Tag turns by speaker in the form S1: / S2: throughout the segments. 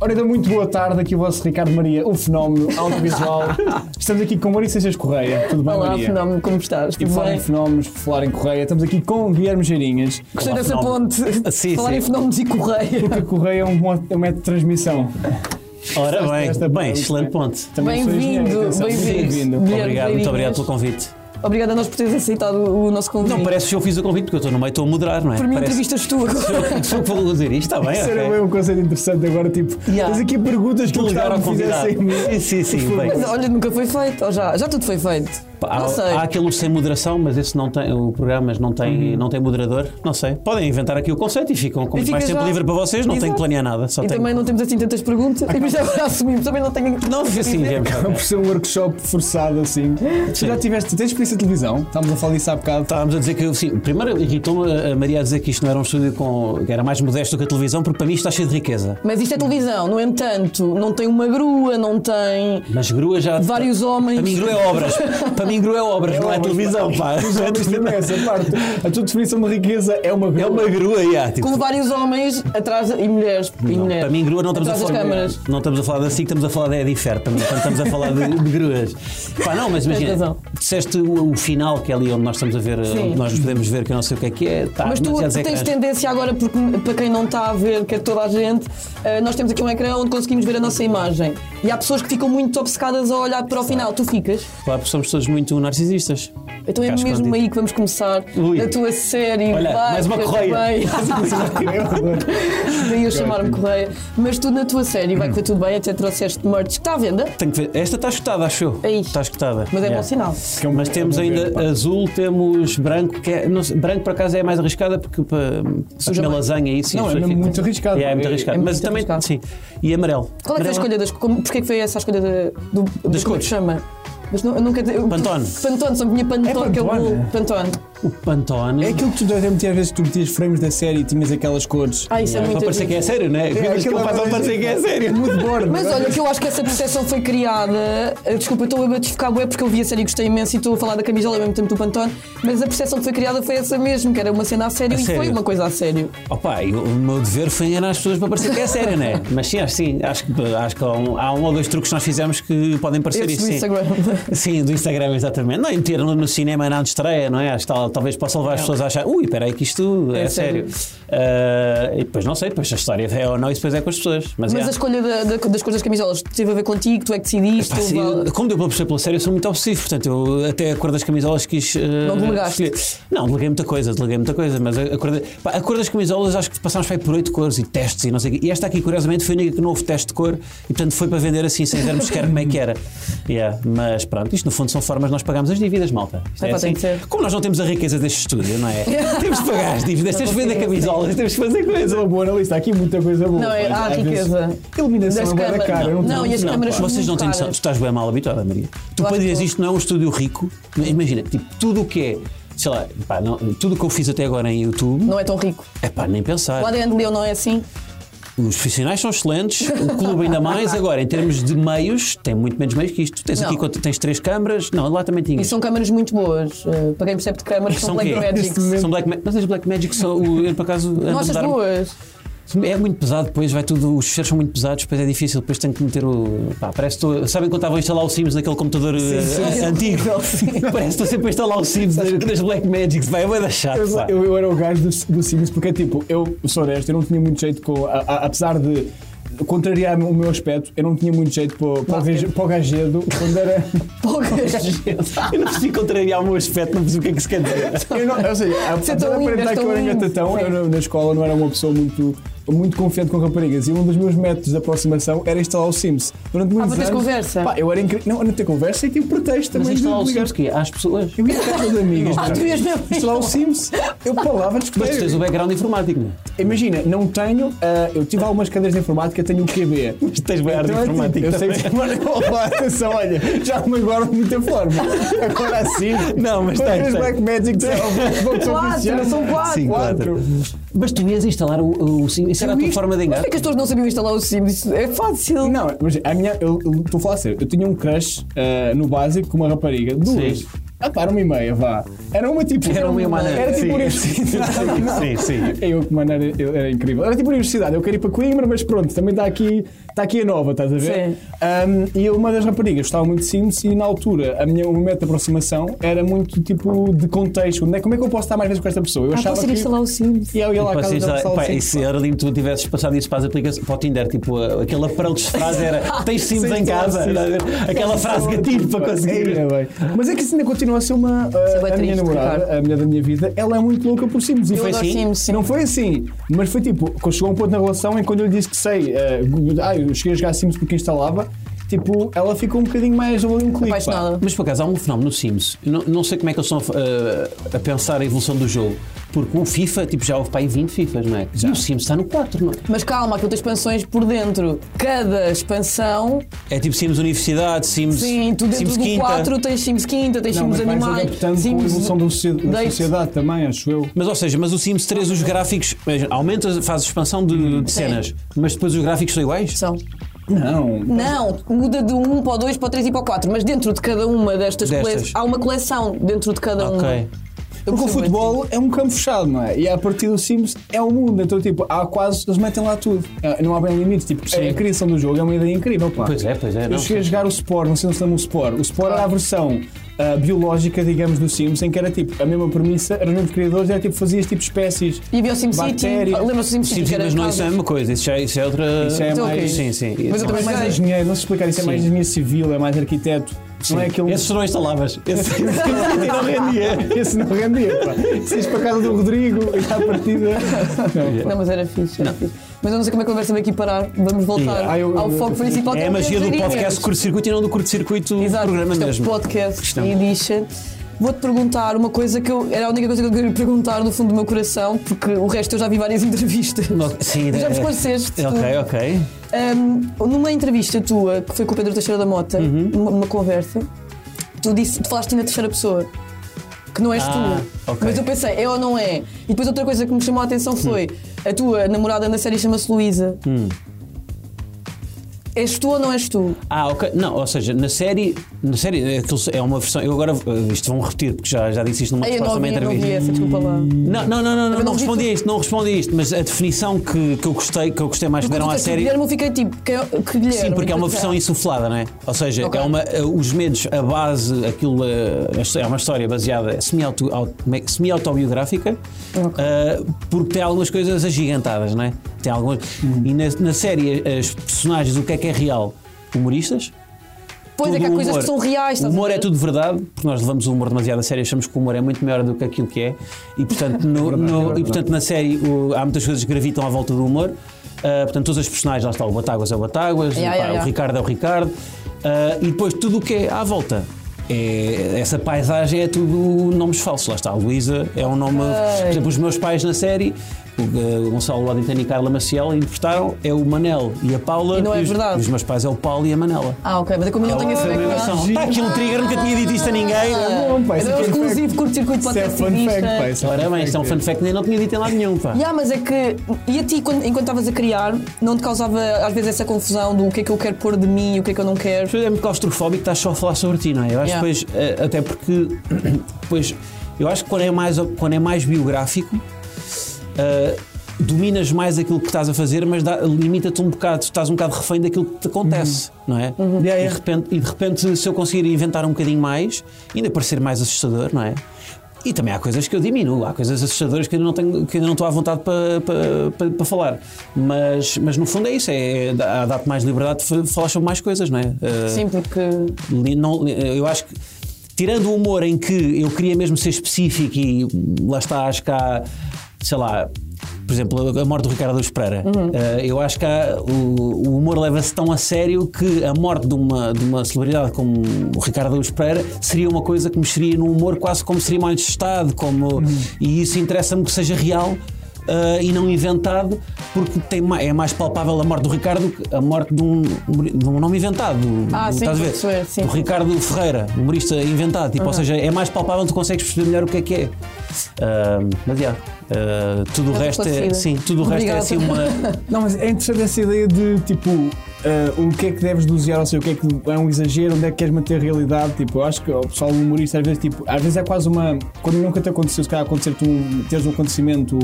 S1: Ora, então, muito boa tarde, aqui o vosso Ricardo Maria, o fenómeno audiovisual. Estamos aqui com Maria Seixas Correia. Tudo bem,
S2: Olá,
S1: Maria?
S2: fenómeno, como estás?
S1: E por
S2: Tudo
S1: falar
S2: bem?
S1: em fenómenos, por falar em Correia, estamos aqui com o Guilherme Geirinhas.
S2: Gostei
S3: Olá,
S2: dessa
S3: fenómeno. Ah,
S2: ponte.
S3: Sim,
S2: Falar
S3: sim.
S2: em fenómenos e correia.
S1: Porque a Correia é um, mo- é um método de transmissão.
S3: Ora
S1: Esta-
S3: bem,
S1: esta
S3: bem,
S1: parte,
S3: excelente ponte.
S1: Também sou
S2: Bem-vindo,
S1: engenheiro, atenção. Muito
S2: bem-vindo.
S1: bem-vindo.
S2: Guilherme
S3: Obrigado, muito
S2: Reirinhas.
S3: obrigado pelo convite.
S2: Obrigado a nós por teres aceitado o nosso convite.
S3: Não, parece que eu fiz o convite, porque eu estou no meio, estou a moderar, não é?
S2: Por mim,
S3: parece
S2: entrevistas tu agora.
S3: que sou eu que vou dizer isto, está bem?
S1: Isso era
S3: É, ok.
S1: bem um conceito interessante agora, tipo,
S2: Yeah.
S1: tens aqui perguntas que eu
S3: Delegar
S1: gostava
S3: ao
S1: que
S3: convidado.
S1: fizessem.
S3: Sim, sim, sim. Bem,
S2: Mas olha, nunca foi feito. Ou já, já tudo foi feito.
S3: há,
S2: não sei.
S3: há aqueles sem moderação, mas esse não tem, o programa mas não tem, não tem moderador. Não sei. Podem inventar aqui o conceito e ficam com
S2: Uhum. E
S3: mais
S2: fica
S3: tempo
S2: já.
S3: livre para vocês, não tenho
S2: Exato.
S3: que planear nada. Só
S2: E
S3: tenho...
S2: também não temos assim tantas perguntas. E já agora assumimos. Também não tenho.
S3: Não, assim, viemos.
S2: Então,
S1: Por ser um workshop forçado assim. Tu
S3: Sim.
S1: já tiveste, tens experiência de televisão? Estávamos a falar disso há bocado.
S3: Estávamos a dizer que, assim, primeiro irritou-me a a Maria a dizer que isto não era um estúdio com, que era mais modesto do que a televisão, porque para mim isto está cheio de riqueza.
S2: Mas isto é televisão. No entanto, não tem uma grua, não tem
S3: Mas grua já.
S2: vários homens.
S3: Para mim, grua é obras. Para mim, grua é obras, não é
S1: obras,
S3: televisão, pá.
S1: Os homens também, é essa parte. A tua definição de riqueza é uma
S3: É uma grua, yeah, tipo,
S2: Com vários homens atrás e mulheres. e
S3: não,
S2: mulheres.
S3: para mim, grua não estamos a
S2: é? atrás das
S3: falar.
S2: câmaras.
S3: Não estamos a falar da SIC, estamos a falar da Edifer também, quando estamos a falar de, de gruas. Pá, não, mas imagina,
S2: razão.
S3: disseste o, o final, que é ali onde nós estamos a ver,
S2: Sim.
S3: onde nós nos podemos ver, que eu não sei o que é que é. Tá,
S2: Mas tu,
S3: demasiados
S2: tu
S3: ecrãs.
S2: tens tendência agora, porque para quem não está a ver, que é toda a gente, eh, nós temos aqui um ecrã onde conseguimos ver a nossa imagem. E há pessoas que ficam muito obcecadas a olhar para o final. Tu ficas.
S3: Claro, porque somos todos muito narcisistas.
S2: Então é
S3: Cá
S2: mesmo
S3: escondido.
S2: aí que vamos começar
S3: Ui.
S2: na tua série.
S3: Olha,
S2: Vai,
S3: mais uma
S2: correr
S3: correia.
S2: bem.
S1: grua.
S2: Daí eu chamar-me Correia. Mas tu na tua série vai correr tudo bem, até trouxeste merch que está à venda.
S3: Tenho que ver. Esta está escutada, acho eu.
S2: É isto.
S3: Está escutada.
S2: Mas é
S3: Yeah.
S2: bom sinal.
S1: é um-
S3: Mas temos
S1: é um
S3: ainda eh,
S1: verde, pá.
S3: azul, temos branco, que é. não sei, branco por acaso é mais arriscada porque para para comer
S2: é mais.
S3: lasanha e isso.
S1: Não,
S3: as
S1: é
S3: pessoas
S1: mesmo
S3: ficam-
S1: muito arriscado.
S3: É, é muito
S1: É-
S3: arriscado.
S2: é
S3: Mas
S2: muito
S3: também.
S2: arriscado.
S3: Sim. E amarelo.
S2: Qual é que foi a
S3: Amarelo-
S2: escolha das. Como, porquê que foi essa a escolha da- do, do- como
S3: Das
S2: é
S3: cores.
S2: se chama? Mas não, eu nunca. eu-
S3: Pantone.
S2: Pantone, só minha Pantone, que é o
S1: Pantone?
S2: meu Pantone.
S3: O Pantone.
S1: É aquilo que tu já metias às vezes, tu metias frames da série e tinhas aquelas cores.
S2: Ah, isso é,
S3: Para
S2: muito
S3: parecer que é sério, não é? Coisas que
S1: aquilo
S3: ele faz
S1: é
S3: para parecer que é sério.
S1: Muito bordo.
S2: Mas olha, que eu acho que essa percepção foi criada. eh, Desculpa, eu estou a batificar bué porque eu vi a série e gostei imenso e estou a falar da camisola ao mesmo tempo do Pantone. Mas a percepção que foi criada foi essa mesmo, que era uma cena a sério
S3: A
S2: e foi
S3: sério?
S2: uma coisa a sério.
S3: Opa, eu- o meu dever foi enganar as pessoas para parecer que é sério, não é? Mas sim, acho, sim, acho que, acho que há, um, há um ou dois truques que nós fizemos que podem parecer
S2: Esse
S3: isso.
S2: do
S3: sim.
S2: Instagram.
S3: Sim, do Instagram, exatamente. Não, e meter no, no cinema na estreia, não é? Acho que tal- talvez possa levar as pessoas a achar, ui, espera aí que isto é,
S2: É
S3: sério.
S2: sério.
S3: Ah, e depois não sei, depois a história é ou não, isso depois é com as pessoas. Mas,
S2: Mas
S3: é.
S2: a escolha da- da- das cores das camisolas teve a ver contigo, tu é que decidiste.
S3: Pá,
S2: tu
S3: sim,
S2: val-
S3: eu- como deu para perceber pela série, eu sou muito obsessivo, portanto, eu até a cor das camisolas quis. eh,
S2: Não delegaste?
S3: escolher. Não, deleguei muita coisa, deleguei muita coisa, mas a, a cor, da- pá, a cor das camisolas acho que passámos foi por oito cores e testes e não sei o quê. E esta aqui, curiosamente, foi a única que não houve teste de cor e, portanto, foi para vender assim, sem vermos sequer como é que era. Yeah, mas pronto, isto no fundo são formas de nós pagarmos as dívidas, malta. Isto
S2: Ah, pá,
S3: assim.
S2: tem que ser.
S3: Como nós não temos a riqueza deste estúdio, não é? temos de pagar as dívidas, temos de vender camisolas, temos de fazer coisas.
S1: Mas é uma boa analista, há aqui muita coisa boa.
S2: Não, é-
S1: Mas,
S2: há
S1: às vezes,
S2: riqueza.
S1: Iluminação
S2: Das
S1: é bué da
S2: câmaras.
S1: cara. eu
S2: Não,
S1: tenho-
S2: e as câmaras são
S3: Vocês não
S2: muito
S3: têm noção.
S2: caras.
S3: Tu estás bem mal habituada, Maria. Tu
S2: Eu
S3: para
S2: acho
S3: dizeres
S2: que
S3: isto não é um estúdio rico, mas imagina, tipo, tudo o que é, sei lá, pá, não- tudo o que eu fiz até agora em YouTube,
S2: Não é tão rico.
S3: é pá, nem pensar.
S2: O ADN de Leão não é assim.
S3: Os profissionais são excelentes, o clube ainda mais. Agora, em termos de meios, tem muito menos meios que isto. Tu tens
S2: Não.
S3: aqui, quanto- tens três câmaras, não, lá também
S2: E
S3: tinhas.
S2: são câmaras muito boas. eh, para quem percebe de câmaras, são,
S3: São
S2: Black
S3: quê?
S2: Magics.
S3: São Black Magic. Mas as Black Magic são, o- eu, por acaso, ando
S2: Não
S3: a
S2: achas
S3: mudar-me.
S2: boas?
S3: É muito pesado, depois vai tudo, os fecheiros são muito pesados, depois é difícil, depois tenho que meter o. Pá, parece que estou. Sabem quando estava a instalar o Sims naquele computador eh,
S2: sim.
S3: antigo? Parece que estou sempre a instalar o Sims das, das Black Magics, vai, vai dar chato. pá.
S1: Eu, eu era o gajo do, do Sims, porque é tipo, eu sou honesto, eu não tinha muito jeito com. a- a- apesar de contrariar o meu aspecto, eu não tinha muito jeito para, para, o,
S2: Basquete.
S1: gaje- para o gajedo quando era.
S2: Poucas.
S3: Eu não preciso contrariar o meu aspecto, não percebo o que é que se quer dizer.
S1: Eu não, é, ou seja, apesar de
S2: Tá. tão lindo,
S1: aparentar
S2: és
S1: que eu
S2: tão
S1: era
S2: lindo.
S1: gatatão, eu
S2: Sim.
S1: na, na escola não era uma pessoa muito, muito confiante com raparigas e um dos meus métodos de aproximação era instalar o Sims. Durante muitos
S2: Ah, para teres
S1: anos,
S2: conversa?
S1: Pá, eu era incrível. Não, não ter conversa e tive pretexto
S3: Mas
S1: também. de
S3: instalar o
S1: ligar.
S3: Sims que é? Às pessoas.
S1: Eu ia à casa de amigos.
S2: Ah, tu ias mesmo?
S1: é?
S3: é um
S1: Instalar o Sims, eu palavra
S3: Mas tu tens o
S1: discoteca.
S3: background informático, não é?
S1: Imagina, não tenho. ah, eu tive algumas cadeiras de informática, tenho o QB.
S3: Mas tens background
S1: Então é tipo,
S3: informático.
S1: eu sei
S3: também.
S1: que agora atenção, olha, já me agora de muita forma. Agora assim.
S3: Não, mas
S1: quantas
S3: tens, tens.
S1: Black Magic são? Vão ser
S2: Quatro,
S1: oficiais?
S2: são quatro.
S3: Sim, quatro. Mas tu ias instalar o, o Sims, isso era a tua forma de
S2: Mas
S3: enganar.
S2: porquê que as pessoas não sabiam instalar o Sims? Isso é fácil.
S1: eh, Não, mas a minha. eu- eu Estou a falar sério. Eu tinha um crush ah, no básico com uma rapariga. Duas.
S3: Sim.
S1: Ah, pá, era uma e meia, vá. Era uma tipo.
S3: Era uma e meia.
S1: Era tipo
S3: Sim.
S1: universidade.
S3: Sim, sim.
S1: Eu, que mano, era, eu- era incrível. Era tipo universidade, eu queria ir para Coimbra, mas pronto, também está aqui, está aqui a nova, estás a ver?
S2: Sim.
S1: Ahm, e uma das raparigas gostava muito de Sims e na altura a minha, o meu método de aproximação era muito tipo de contexto. Onde é- Como é que eu posso estar mais vezes com esta pessoa? Eu
S2: Ah,
S1: achava
S2: posso ir
S1: que.
S2: instalar o Sims.
S1: E eu ia lá à
S3: Pá,
S1: casa
S3: sim,
S1: da
S3: sabe,
S1: pessoa
S3: pá,
S1: assim,
S3: Tipo, isso era lindo tu tivesses passado isso para as aplicações para o Tinder, tipo a- aquele aparelho de frase era tens Sims
S1: Sim,
S3: em casa,
S1: sim.
S3: estás a ver? aquela frase gatilho para conseguir.
S1: É, bem. Mas é que isso ainda continua a ser uma.
S2: é
S1: Uh,
S2: bem
S1: a minha
S2: triste,
S1: namorada,
S2: Ricardo.
S1: a mulher da minha vida, ela é muito louca por Sims. E
S2: Eu
S1: foi
S2: adoro
S1: assim.
S2: Sims, sim.
S1: Não foi assim, mas foi tipo, quando chegou um ponto na relação em que quando eu lhe disse que sei, eh, gu- ah, eu cheguei a jogar Sims porque instalava, tipo, ela ficou um bocadinho mais ali um clique. pá.
S2: Apaixonada.
S3: Mas por acaso há um fenómeno no Sims. Eu não, não sei como é que eles estão a, a- a pensar a evolução do jogo. Porque o FIFA, tipo, já houve para aí 20 FIFAs, não é? Já. E o Sims está no 4, não é?
S2: Mas calma, aquilo tem expansões por dentro. Cada expansão,
S3: É tipo Sims Universidade, Sims.
S2: sim, tu dentro
S3: Sims
S2: do
S3: Quinta.
S2: 4 tens Sims Quinta, tens
S1: Não,
S2: Sims
S1: mas vais
S2: Animais,
S1: adaptando com a
S2: Sims.
S1: evolução da socie- da
S2: Date.
S1: sociedade também, acho eu.
S3: Mas ou seja, mas o Sims 3, os gráficos. imagina, Aumenta, faz expansão de, de cenas, mas depois os gráficos são iguais?
S2: São.
S1: Não.
S2: Não, muda de um para o 2, para o 3 e para o 4, mas dentro de cada uma destas,
S3: Destas.
S2: coleções há uma coleção dentro de cada uma.
S3: Ok.
S2: Eu
S1: Porque o
S2: percebo bem.
S1: futebol é um campo fechado, não é? E a partir do Sims é o mundo. Então, tipo, há quase. Eles metem lá tudo. É, Não há bem limites. Tipo, a criação do jogo é uma ideia incrível, pá.
S3: Pois é, pois é, não
S1: Eu cheguei a jogar o Spore, não sei se lembram o Spore. O Spore era a versão ah, biológica, digamos, do Sims, em que era tipo a mesma premissa, eram os mesmos criadores, era tipo, fazias tipo espécies.
S2: E havia o SimCity.
S1: Bactérias.
S2: Lembra-se do SimCity?
S3: Sim, sim,
S2: que era
S3: mas não, isso é a
S2: casas?
S3: mesma coisa, isso já isso é outra.
S1: Isso é
S2: Então,
S1: mais.
S2: ok.
S3: Sim, sim.
S2: Mas eu
S1: Não, é
S2: também
S1: mais
S2: sei.
S1: engenheiro, não sei explicar, isso é mais engenheiro civil, é mais arquiteto. Não é aquele.
S3: Esses não instalavas. Esse,
S1: não rendia. Esse não rendia, pá. Se ias para a casa do Rodrigo e à partida. Não, pá.
S2: Não, mas era fixe, era fixe. Mas eu não sei como é que a conversa veio aqui parar. Vamos voltar
S1: Yeah. Ah, eu-
S2: ao
S1: eu-
S2: foco assim, principal. que
S3: é a
S2: o
S3: magia do
S2: Pedrinhas.
S3: podcast curto-circuito e não do curto-circuito do
S2: Exato,
S3: programa
S2: isto
S3: mesmo.
S2: é um podcast
S3: Questão.
S2: edition. Vou-te perguntar uma coisa que eu, era a única coisa que eu queria perguntar do fundo do meu coração, porque o resto eu já vi várias entrevistas.
S3: No- sim,
S2: Tu já me
S3: é-
S2: esclareceste.
S3: Ok, ok.
S2: Um, numa entrevista tua, que foi com o Pedro Teixeira da Mota,
S3: Uhum.
S2: numa, numa conversa, tu, disse, tu falaste na terceira pessoa. Que não és
S3: Ah,
S2: tu.
S3: ok. Hum.
S2: Mas eu pensei, é ou não é? E depois outra coisa que me chamou a atenção foi: a tua namorada na série chama-se Luísa. És tu ou não és tu?
S3: Ah, ok. Não, ou seja, na série, na série é aquilo- é uma versão. Eu agora eh, isto vão repetir, porque já, já disse isto numa
S2: Ai, eu
S3: resposta
S2: não
S3: a uma
S2: vi, não vi
S3: entrevista. Hum.
S2: essa, desculpa lá.
S3: Não, não, não, não, não,
S2: não vi
S3: respondi
S2: tudo.
S3: a isto, não respondi a isto, mas a definição que, que eu gostei, que eu gostei mais que deram à
S2: Porque tu disseste
S3: série.
S2: Guilherme, eu fiquei tipo, que, que Guilherme. tipo, ah,
S3: Sim, porque é uma
S2: Eu
S3: versão
S2: pensei,
S3: insuflada, não é? Ou seja,
S2: Ok.
S3: é uma, eh, os medos, a base, aquilo eh, é uma história baseada semi-auto- au- como é que- semi-autobiográfica,
S2: Ok.
S3: eh, porque tem algumas coisas agigantadas, não é? Tem algumas.
S2: Hum.
S3: E na, na série, as personagens, o que é que é real? Humoristas,
S2: "Ah, Pois é que há
S3: todo o
S2: coisas que
S3: humor.
S2: são reais.
S3: O
S2: estás a
S3: humor
S2: ver?
S3: é tudo verdade, porque nós levamos o humor demasiado a sério, achamos que o humor é muito maior do que aquilo que é. E portanto, no- no- e, portanto na série o- há muitas coisas que gravitam à volta do humor. Ah, portanto, todos os personagens, lá está, o Batáguas é o Batáguas,
S2: Yeah,
S3: pá,
S2: yeah, yeah.
S3: o Ricardo é o Ricardo. Ah, e depois tudo o que é à volta. É- essa paisagem é tudo nomes falsos. Lá está, a Luísa é um nome. Por exemplo, os meus pais na série, o, o Gonçalo Laditano e Carla Maciel interpretaram, é o Manel e a Paula.
S2: E não é
S3: os,
S2: verdade.
S3: os meus pais é o Paulo e a Manela.
S2: Ah, ok, mas é como eu não tenho esse background.
S3: Está aqui um trigger, nunca tinha dito isto a ninguém.
S1: é bom, pá, isso
S2: Era
S1: é fun
S2: um
S1: fact.
S2: exclusivo curto-circuito
S1: Isso é
S2: podcast.
S1: fun fact, pá. isso é
S3: Ora bem, isto é um fun fact, nem não tinha dito em lado nenhum, pá.
S2: Yeah, mas é que. E a ti, quando- enquanto estavas a criar, não te causava às vezes essa confusão do que é que eu quero pôr de mim e o que é que eu não quero?
S3: É muito claustrofóbico, estás só a falar sobre ti, não é? Eu
S2: Yeah.
S3: acho que depois, eh, até porque, depois, eu acho que quando é mais, quando é mais biográfico, eh, dominas mais aquilo que estás a fazer, mas dá- limita-te um bocado, estás um bocado refém daquilo que te acontece, não é?
S1: Uhum. Yeah,
S3: E, de
S1: yeah.
S3: repente, e de repente, se eu conseguir inventar um bocadinho mais, ainda parecer mais assustador, não é? E também há coisas que eu diminuo, há coisas assustadoras que eu não, tenho, que eu não estou à vontade para, para, para, para falar. Mas, mas no fundo é isso, é, é dá- dá-te mais liberdade de fa- falar sobre mais coisas, não é? Eh,
S2: Sim, porque.
S3: Li- não- li- eu acho que tirando o humor em que eu queria mesmo ser específico e lá está, acho que há, sei lá, por exemplo, a morte do Ricardo dos Pereira. Eh, eu acho que há- o, o humor leva-se tão a sério que a morte de uma, de uma celebridade como o Ricardo dos Pereira seria uma coisa que mexeria no humor quase como seria mais de Estado, como, e isso interessa-me que seja real. eh, e não inventado, porque tem ma- é mais palpável a morte do Ricardo que a morte de um, de um nome inventado,
S2: Ah,
S3: do-
S2: sim,
S3: estás a ver?
S2: estou a perceber, sim.
S3: Do Ricardo Ferreira, humorista inventado. Tipo, Ou seja, é mais palpável, tu consegues perceber melhor o que é que é. Ahm, mas já, ah, tudo o
S2: Eu tô
S3: resto é.
S2: esclarecida.
S3: Sim, tudo o resto é
S2: Obrigada.
S3: assim uma.
S1: Não, mas é interessante essa ideia de tipo. ah, o que é que deves dosear, ou seja, o que é que é um exagero, onde é que queres manter a realidade. Tipo, eu acho que o pessoal humorista às vezes, tipo, às vezes é quase uma. Quando nunca te aconteceu, se calhar acontecer tu um, teres um acontecimento.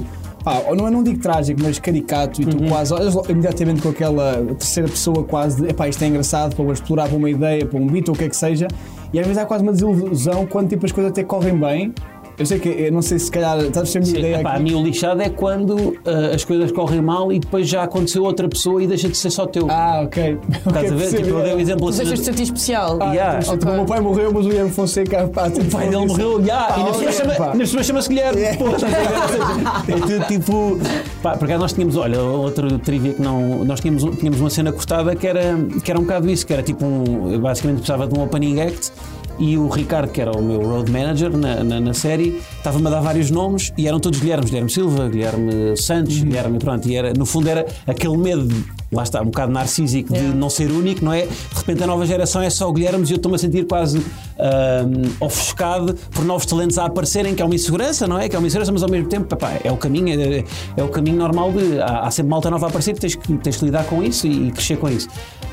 S1: Pá, ou não, não digo trágico, mas caricato, e tu
S3: Uhum.
S1: quase olhas lo- imediatamente com aquela terceira pessoa, quase de epá, isto é engraçado, para explorar para uma ideia, para um beat ou o que é que seja, e às vezes há quase uma desilusão quando tipo, as coisas até correm bem. Eu sei que, eu não sei se calhar, estás a ter a minha
S3: Sim,
S1: ideia
S3: epá, a
S1: aqui.
S3: minha lixada é quando ah, as coisas correm mal e depois já aconteceu a outra pessoa e deixa de ser só teu.
S1: Ah, ok.
S3: Estás a ver? Tipo, eu dei um exemplo
S2: Tu
S3: assim.
S2: deixas de
S3: do-
S2: sentir especial.
S3: Ah, yeah.
S1: Tipo, o meu pai morreu, mas o Guilherme Fonseca. Pá, tipo,
S3: O pai dele morreu, já, e
S1: Pá,
S3: nas
S1: olha,
S3: pessoas chama-
S1: pá.
S3: nas pessoas chama-se Guilherme.
S1: É.
S3: Pô, estás a ver? Ou seja, é tudo tipo. Pá, por acaso nós tínhamos, olha, outra trivia que não. Nós tínhamos, um- tínhamos uma cena cortada que era, que era um bocado isso, que era tipo um. eu Basicamente precisava de um opening act. E o Ricardo, que era o meu road manager na, na, na série, estava-me a dar vários nomes e eram todos Guilhermes. Guilherme Silva, Guilherme
S1: Uhum.
S3: Santos, Guilherme, pronto. E era, no fundo era aquele medo, de- lá está, um bocado narcísico, de não ser único, não é? De repente a nova geração é só Guilhermes e eu estou-me a sentir quase ahm, ofuscado por novos talentos a aparecerem, que é uma insegurança, não é? Que é uma insegurança, mas ao mesmo tempo, pá, é o caminho, é, é o caminho normal de. Há, há sempre malta nova a aparecer, tens que, tens que lidar com isso e, e crescer com isso.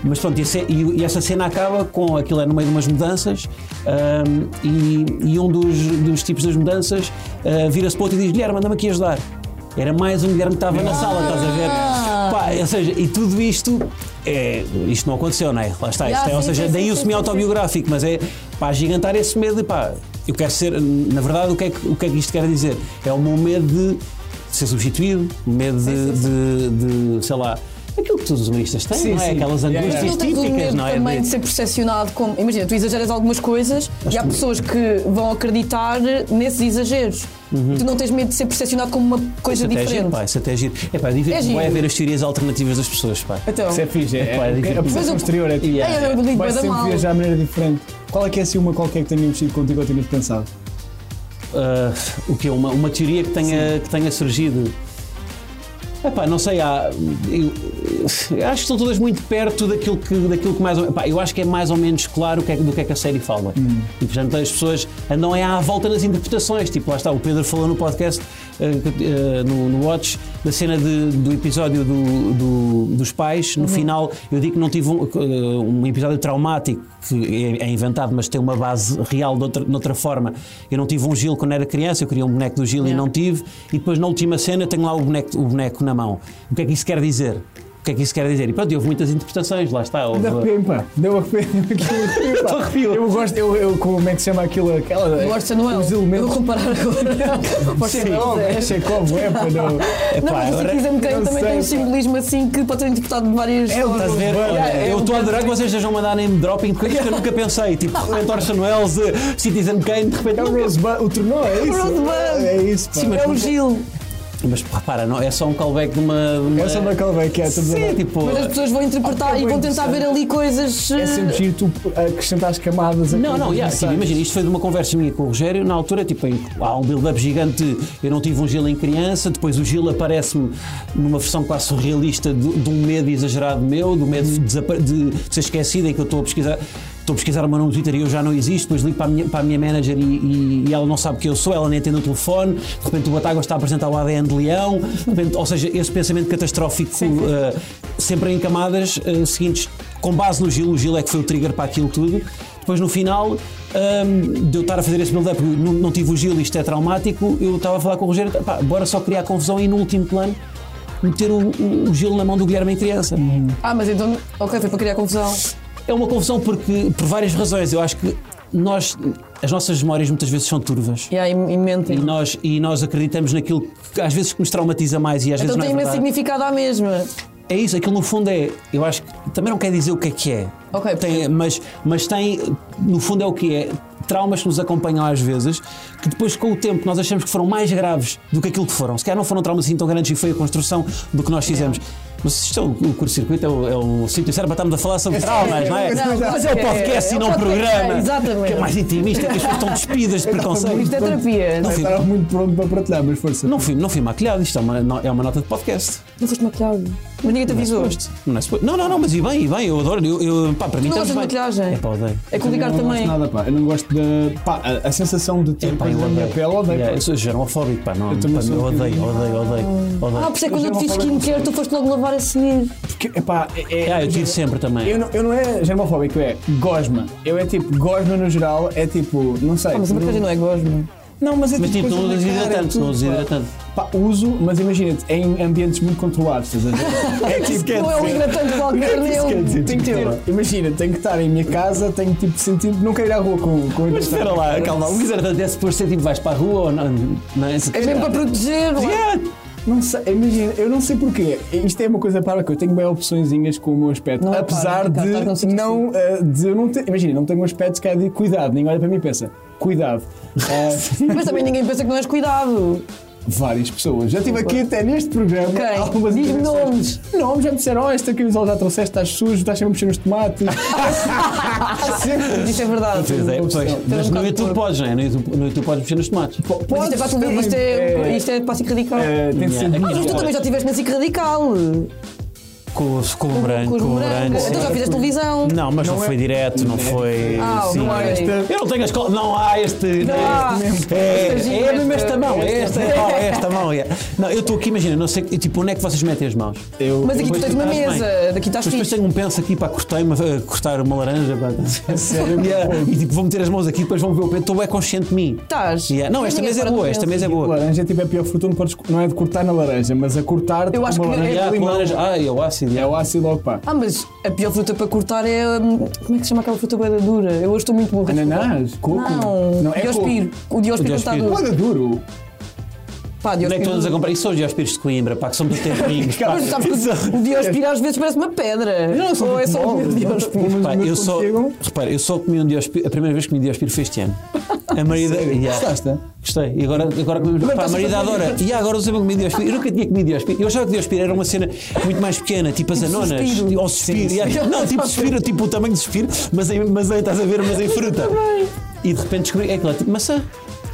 S3: Mas pronto, e, esse- é, e- e essa cena acaba com aquilo é no meio de umas mudanças ahm, e, e um dos, dos tipos das mudanças ah, vira-se para outro e diz: Guilherme, anda-me aqui ajudar. Era mais um Guilherme que estava na sala, estás a ver? Pá,
S2: Ah.
S3: ou seja, e tudo isto, é, isto não aconteceu, não é? Lá está, isto
S2: Ah,
S3: é, ou
S2: sim,
S3: seja,
S2: sim,
S3: daí
S2: sim,
S3: o
S2: sim,
S3: semi-autobiográfico, mas é pá, gigantar esse medo de pá, eu quero ser, na verdade, o que é que, o que, é que isto quer dizer? É o meu medo de ser substituído, o medo de, de- de, sei lá, aquilo que todos os humoristas têm,
S1: Sim,
S3: não é?
S1: sim.
S3: Aquelas
S1: Yeah, yeah.
S3: angústias
S2: Mas não tens o
S3: típicas,
S2: medo
S3: não é?
S2: também de
S3: De-
S2: ser percepcionado como. Imagina, tu exageras algumas coisas e há pessoas que vão acreditar nesses exageros.
S3: Uhum.
S2: Tu não tens medo de ser percepcionado como uma coisa
S3: Isso até é giro,
S2: diferente.
S3: pá, isso até é giro. É pá, divirto-me
S2: giro.
S3: bué a ver as teorias alternativas das pessoas, pá.
S2: Então,
S1: Isso é fixe, é,
S3: É pá, é
S1: é,
S3: difícil.
S1: a percepção
S2: Mas o-
S1: exterior é tipo.
S3: Yeah.
S2: Ai, eu ligo
S1: Vai
S2: bué da
S1: sempre
S2: mal.
S1: viajar de maneira diferente. Qual é que é assim uma qualquer que tenha mexido contigo ou tenhas pensado?
S3: Ah, o que uma, uma teoria que tenha, que tenha surgido. Epá, não sei, há, eu, eu acho que estão todas muito perto daquilo que, daquilo que mais ou, epá, eu acho que é mais ou menos claro o que é, que- do que é que a série fala. E portanto as pessoas andam é à volta nas interpretações. Tipo, lá está, o Pedro falou no podcast, eh, que, eh, no, no Watch, da cena de- do episódio do- do- dos pais. No final, eu digo que não tive um, eh, um episódio traumático, que é, é inventado, mas tem uma base real de outra, de outra forma. Eu não tive um Gil quando era criança, eu queria um boneco do Gil e
S2: Yeah.
S3: não tive. E depois na última cena tenho lá o boneco, o boneco na mão. O que é que isso quer dizer? O que é que isso quer dizer? E pronto, e houve muitas interpretações, lá está. houve-
S1: Deu arrepio, pá. Deu arrepio. Deu
S3: Oh, Tô arrepio.
S1: Eu gosto, eu, eu, como é que se chama aquilo? Aquela,
S2: Gosta de Noel.
S1: Os
S2: Eu
S1: elementos.
S2: vou comparar agora. Gosta de Noel, é.
S1: É Chekhov, é, pá, não.
S2: Não, mas o
S3: Epá, agora-
S2: Sikhism
S1: eu
S2: Game
S1: não
S2: também
S1: sei,
S2: tem um
S1: pá.
S2: simbolismo assim que pode ser interpretado de várias
S1: É,
S3: Estás a ver?
S1: Bem,
S3: Olha,
S1: é,
S3: eu
S2: um
S3: estou a adorar que
S2: bocadinho.
S3: vocês estejam a mandar name dropping de coisas que eu nunca pensei. Tipo, de repente Orson Welles, eh, Citizen Kane, de repente.
S1: É o
S3: nunca-
S1: Rosebud, o tornou, é isso?
S2: Rosebud.
S1: É isso, pá.
S3: Sim, mas-
S2: É o Gil.
S3: Mas repara, não, é só um callback de uma. de uma-
S1: É só uma callback, é, estamos a
S3: Sim,
S1: dar-
S3: tipo.
S2: Mas as pessoas vão interpretar
S1: Ok,
S2: e vão
S1: bem
S2: tentar
S1: interessante.
S2: ver ali coisas.
S1: É sempre
S2: eh,
S1: giro tu acrescentares camadas a coisas
S3: Não, não, yeah, tipo,
S1: necessárias.
S3: imagina, isto foi de uma conversa minha com o Rogério, na altura, tipo, em- há um build-up gigante, de eu não tive um Gil em criança, depois o Gil aparece-me numa versão quase surrealista de, de um medo exagerado meu, do medo de, desapa- de- de ser esquecido, em que eu estou a pesquisar. Estou a pesquisar o meu nome no Twitter e eu já não existo, depois ligo para a minha, para a minha manager e, e- e ela não sabe quem eu sou, ela nem atende o telefone, de repente o Batágua está a apresentar o ADN de leão, de repente- ou seja, esse pensamento catastrófico eh, sempre em camadas eh, seguintes, com base no Gil, o Gil é que foi o trigger para aquilo tudo, depois no final hum, de eu estar a fazer esse build-up, não, não tive o Gil, isto é traumático, eu estava a falar com o Rogério, pá, bora só criar confusão e no último plano meter o, o- o Gil na mão do Guilherme em criança.
S2: Ah, mas então. Ok, foi para criar confusão.
S3: É uma confusão porque, por várias razões, eu acho que nós, as nossas memórias muitas vezes são turvas.
S2: Yeah, e, e mentem.
S3: E nós, e nós acreditamos naquilo que às vezes que nos traumatiza mais e às
S2: Então
S3: vezes não
S2: tem
S3: é
S2: imenso
S3: verdade.
S2: significado à mesma.
S3: É isso, aquilo no fundo é. Eu acho que também não quer dizer o que é que é.
S2: Ok,
S3: Tem- mas, mas tem, no fundo, é o que é. Traumas que nos acompanham às vezes, que depois, com o tempo, nós achamos que foram mais graves do que aquilo que foram. Se calhar não foram traumas assim tão grandes e foi a construção do que nós fizemos. Mas isto é o, o curto-circuito, é o, é o sítio certo para estarmos a falar sobre traumas, não é?
S2: Não,
S3: mas é o
S2: é,
S3: podcast e
S2: é o
S3: não
S2: podcast,
S3: o programa.
S2: é, exatamente.
S3: Que é mais intimista, que as pessoas estão despidas de preconceito.
S2: Isto é terapia.
S3: Não
S2: Não,
S3: fui,
S1: Estava muito pronto para partilhar, mas força.
S3: não fui, não fui maquilhado, isto é uma, é uma nota de podcast.
S2: foste maquiado. Mas ninguém te avisou.
S3: Suposto. Não, é suposto. não, não, não, mas e bem, e bem, eu adoro. Eu, eu- pá, para mim
S2: não gostas
S3: estamos
S2: de
S3: bem.
S2: maquilhagem?
S3: É pá, odeio.
S2: É que o Ricardo
S1: não
S2: também.
S1: gosto nada, pá. Eu não gosto de. Pá, a, a sensação de
S2: é.
S1: ter
S3: Epá,
S1: coisas na minha pele, odeio.
S3: Yeah,
S1: pá.
S3: eu sou germofóbico, pá, não.
S1: Eu também
S3: pá,
S1: sou um
S3: odeio,
S1: bocadinho.
S3: odeio, odeio, odeio.
S2: Ah, por isso é que quando eu te
S1: Eu
S2: fiz
S1: já não
S2: skincare, tu foste logo lavar a seguir. Ah,
S1: Porque, epá, é, é-
S3: Ah, eu tive sempre também.
S1: Eu não, eu não é germofóbico, é gosma. Eu é tipo, gosma no geral é tipo, não sei.
S2: Ah, mas a maquilhagem não é gosma.
S1: Não, mas é
S3: Mas tipo,
S1: coisa
S3: não
S1: na
S3: usas
S1: cara,
S3: hidratante,
S1: tudo,
S3: não usas
S1: pá.
S3: hidratante.
S1: Pá, uso, mas imagina-te, em ambientes muito controlados, estás a ver? É tipo.
S2: Não é um hidratante qualquer,
S1: Não,
S2: nem
S1: isso
S2: um
S1: quer dizer,
S2: tem
S1: tipo,
S2: que ter.
S1: ter- Imagina, tenho que estar em minha casa, tenho tipo de sentir, não quero ir à rua com, com
S3: Mas espera lá, calma, o hidratante é se por ser tipo vais para a rua ou não. não é,
S2: É mesmo para proteger, não é?
S3: Yeah.
S1: Não sei, imagina, eu não sei porquê. Isto é uma coisa para que eu tenho bem opçõezinhas com o meu aspecto.
S2: Não é
S1: apesar
S2: para, Ricardo, estás num
S1: de,
S2: sítio assim.
S1: não, eh, de eu não ter. Imagina, não tenho um aspecto que é de cuidado. Ninguém olha para mim e pensa, cuidado. Eh,
S2: Mas também ninguém pensa que não és cuidado.
S1: várias pessoas. Já tive aqui até neste programa.
S2: Quem?
S1: algumas
S2: Diz
S1: intervenções.
S2: nomes.
S1: Nomes já me disseram, oh, esta camisola já trouxeste, estás sujo, estás sempre a mexer nos tomates.
S2: Isso é verdade.
S3: Pois é, pois. Mas
S2: um
S3: no
S2: bocado
S3: YouTube
S2: porco.
S3: podes, não é? No YouTube, no YouTube podes mexer nos tomates.
S2: Mas isto é para a televisão, isto é, isto é para a SIC radical.
S1: tem de
S3: Yeah.
S1: ser
S3: Ah,
S2: Mas tu também já estiveste na SIC radical.
S3: Com, o- com o branco,
S2: os
S3: com o branco.
S2: morangos.
S3: sim.
S2: Então já fizeste televisão.
S3: Não, mas não,
S1: Não é-
S3: foi direto,
S1: Não
S3: não
S1: é-
S3: foi.
S2: Ah,
S3: sim.
S2: não há este-
S3: Eu não tenho as costas. Não há este.
S2: Não há.
S3: este é,
S2: Esta
S3: é,
S2: gira,
S3: mesmo
S2: esta-
S3: esta mão, é esta, é,
S2: esta.
S3: pá, é esta mão. é. Não, eu estou aqui, imagina, não sei. que- Tipo, onde é que vocês metem as mãos?
S1: Eu-
S2: Mas aqui tu
S3: Depois
S2: tens uma
S3: estás bem.
S2: mesa, daqui estás
S3: Mas depois
S2: fixe.
S3: tenho um penso aqui, pá, cortei uma, eh, cortar uma laranja, pá.
S1: sério?
S3: Yeah. E tipo, vou meter as mãos aqui, depois vão ver o pé. Estou bem consciente de mim.
S2: Estás.
S3: Yeah. Não,
S2: Mas
S3: esta
S2: ninguém
S3: mesa é
S2: repara que
S3: boa,
S2: tu
S3: esta
S2: pensas.
S3: mesa é boa.
S1: Laranja tipo, é a pior fruta, não, podes- não é de cortar na laranja, mas a cortar.
S2: Eu acho
S1: uma
S2: que-
S1: laranja
S3: Yeah,
S1: de
S3: com
S1: limão.
S3: laranja. Ai, é o ácido.
S1: É
S3: yeah.
S1: o ácido logo, pá.
S2: Ah, mas a pior fruta para cortar é. hum, Como é que se chama aquela fruta bué da dura? Eu hoje estou muito burra.
S1: Ananás? Coco?
S2: Não,
S1: Não, é
S2: Diospiro. O Diospiro
S3: O
S2: está
S3: Diospiro.
S2: duro.
S1: Moeda duro.
S2: Pá,
S3: Onde é que
S2: Diospiro.
S3: estão a comprar? Isso hoje aos pires de Coimbra, pá, que são dos tempinhos. pá.
S2: Mas tu sabes que o Diospiro às vezes parece uma pedra. Ou é só o meu Diospiro.
S1: Mas
S3: Pá,
S1: os meus
S3: eu só,
S1: contigo-
S3: repara, eu só comi um Diospiro, a primeira vez que comi Diospiro foi este ano. A Marida. Yeah.
S1: Gostaste?
S3: Gostei. E agora, agora comemos. Pá, a
S2: estás
S3: Marida
S2: a fazer-
S3: adora. E agora usei comi Diospiro. Eu nunca tinha comido Diospiro. Eu achava que Diospiro era uma cena muito mais pequena, tipo as
S2: Tipo
S3: anonas.
S2: suspiro.
S3: Ou suspiro. yeah. Não, tipo suspiro, tipo o tamanho de suspiro, mas, em, mas em, estás a ver, mas em fruta. E de repente descobri, é aquilo, é tipo maçã.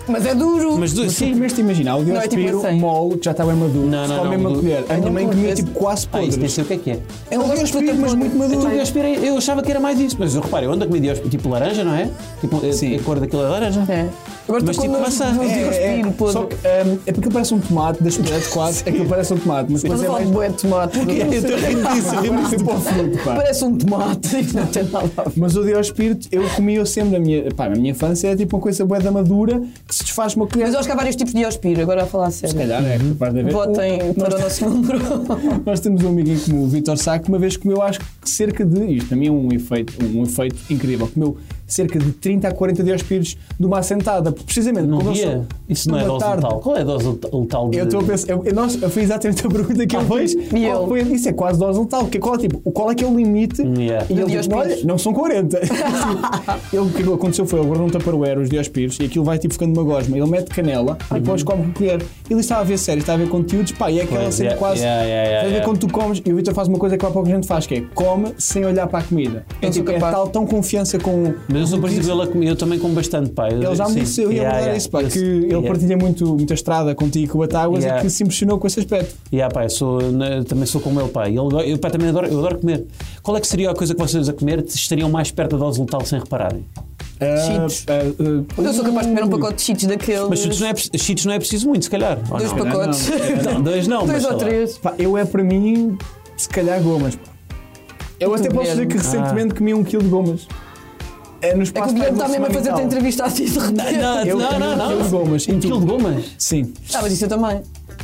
S2: Mas é duro.
S3: Mas do,
S1: Mas tu
S3: sim.
S1: comeste, imagina, o
S2: é tipo
S1: diospiro
S2: assim.
S1: mole, que um já está bem maduro,
S3: Não, não,
S1: só
S3: não,
S1: mesmo a
S3: do-
S1: colher. A minha mãe
S2: não
S1: comia
S2: gosto.
S1: tipo quase
S3: Ah, isso nem
S1: podres.
S3: sei o que é que é.
S1: É um
S2: gosto de É.
S1: diospiro, mas
S2: fruta
S1: muito
S2: podre.
S1: maduro.
S3: Então, Diospiro, eu achava que era mais isso. Mas eu repare, eu ando a comer Diospiro, tipo laranja, não é? Tipo, a-
S1: Sim.
S3: a cor daquilo é laranja.
S2: É. Agora
S3: Mas
S2: estou
S3: tipo
S2: com
S3: maçã.
S2: nojo do
S3: É,
S1: É,
S2: Diospiro,
S1: é, só
S2: podre.
S1: que, hum, é porque parece um tomate, das colheres quase, aquilo parece um tomate, mas
S2: Mas
S1: depois é
S2: eu falo
S1: mais...
S2: de bué de tomate.
S3: Eu estou rindo disso, rindo
S1: Parece tipo ao fruto, pá.
S2: Parece um tomate. Isto Não tem nada a ver.
S1: Mas o Diospiro, eu comia sempre na minha, pá, na minha infância, é tipo uma coisa bué da madura que se desfaz uma colher.
S2: Mas eu acho que há vários tipos de Diospiro, agora a falar a
S1: Se
S2: sério.
S1: calhar é capaz de haver.
S2: Votem para o nosso número.
S1: Nós temos um amigo como o Vitor Sá que uma vez comeu, acho que cerca de. Isto também é um efeito, um efeito incrível. Comeu cerca de 30 a 40 diospiros de uma assentada, precisamente.
S3: Num
S1: como
S3: dia?
S1: eu sou-
S3: Isso não é
S1: numa
S3: dose
S1: tarde.
S3: letal. Qual é a dose let- letal de...
S1: Eu estou a pensar, eu, eu, nós, eu fiz exatamente a pergunta
S3: Ah,
S1: que eu fiz.
S2: e
S1: Qual
S2: eu?
S1: foi- isso é quase dose letal. Que, qual, é, tipo, qual é que é o limite?
S3: yeah.
S1: E
S2: De
S1: ele disse:
S2: diospiros.
S1: olha, não são 40. ele, o que aconteceu foi: ele guardou um taparoeiro, os diospiros, e aquilo vai tipo ficando uma gosma. Ele mete canela
S3: Uhum.
S1: e depois come com colher. Ele estava a ver séries, estava a ver conteúdos, pá, e é aquela
S3: Pois,
S1: cena
S3: yeah,
S1: quase.
S3: yeah, yeah, yeah,
S1: Estás a ver
S3: yeah.
S1: quando tu comes, e o Vitor faz uma coisa que há pouca gente faz, que é come sem olhar para a comida. É,
S2: Não sou
S1: tipo, é
S2: capaz.
S1: tal tão confiança com.
S3: Mas eu sou parecido com ele a comer, eu também como bastante, pá.
S1: Ele já me disse, eu ia mudar isso, pá, que ele partilha muito, muita estrada contigo e com o Batáguas
S3: Yeah.
S1: e que se impressionou com esse aspecto.
S3: Yeah, pá, eu sou, na- também sou como ele, pá. E ele- eu, pá, também adoro, eu adoro comer. Qual é que seria a coisa que vocês a comer estariam mais perto da dose letal sem repararem?
S2: Cheetos.
S1: Ah, ah, ah,
S2: Eu sou capaz de comer um
S1: ui.
S2: pacote de cheats daqueles.
S3: Mas cheetos não é, pre- cheetos não é preciso muito, se calhar. ou
S2: Dois
S3: não?
S2: pacotes.
S3: Não, dois não,
S2: Dois
S3: mas sei
S2: ou
S3: lá.
S2: três.
S1: Pá, eu é para mim, se calhar gomas. pá. Eu até posso dizer
S2: Guilherme.
S1: que
S3: Ah.
S1: recentemente comi um quilo de gomas. É no
S2: É que
S1: espaço
S2: o Guilherme
S1: de
S2: está
S1: uma
S2: mesmo a
S1: semana e
S2: fazer-te
S1: tal.
S2: entrevista assim de repente.
S3: Não,
S1: Eu
S3: não,
S1: comi
S3: não,
S1: um
S3: não.
S1: quilo de gomas, em
S3: Um quilo de
S1: tudo.
S3: gomas?
S1: Sim,
S2: Ah, mas isso eu também.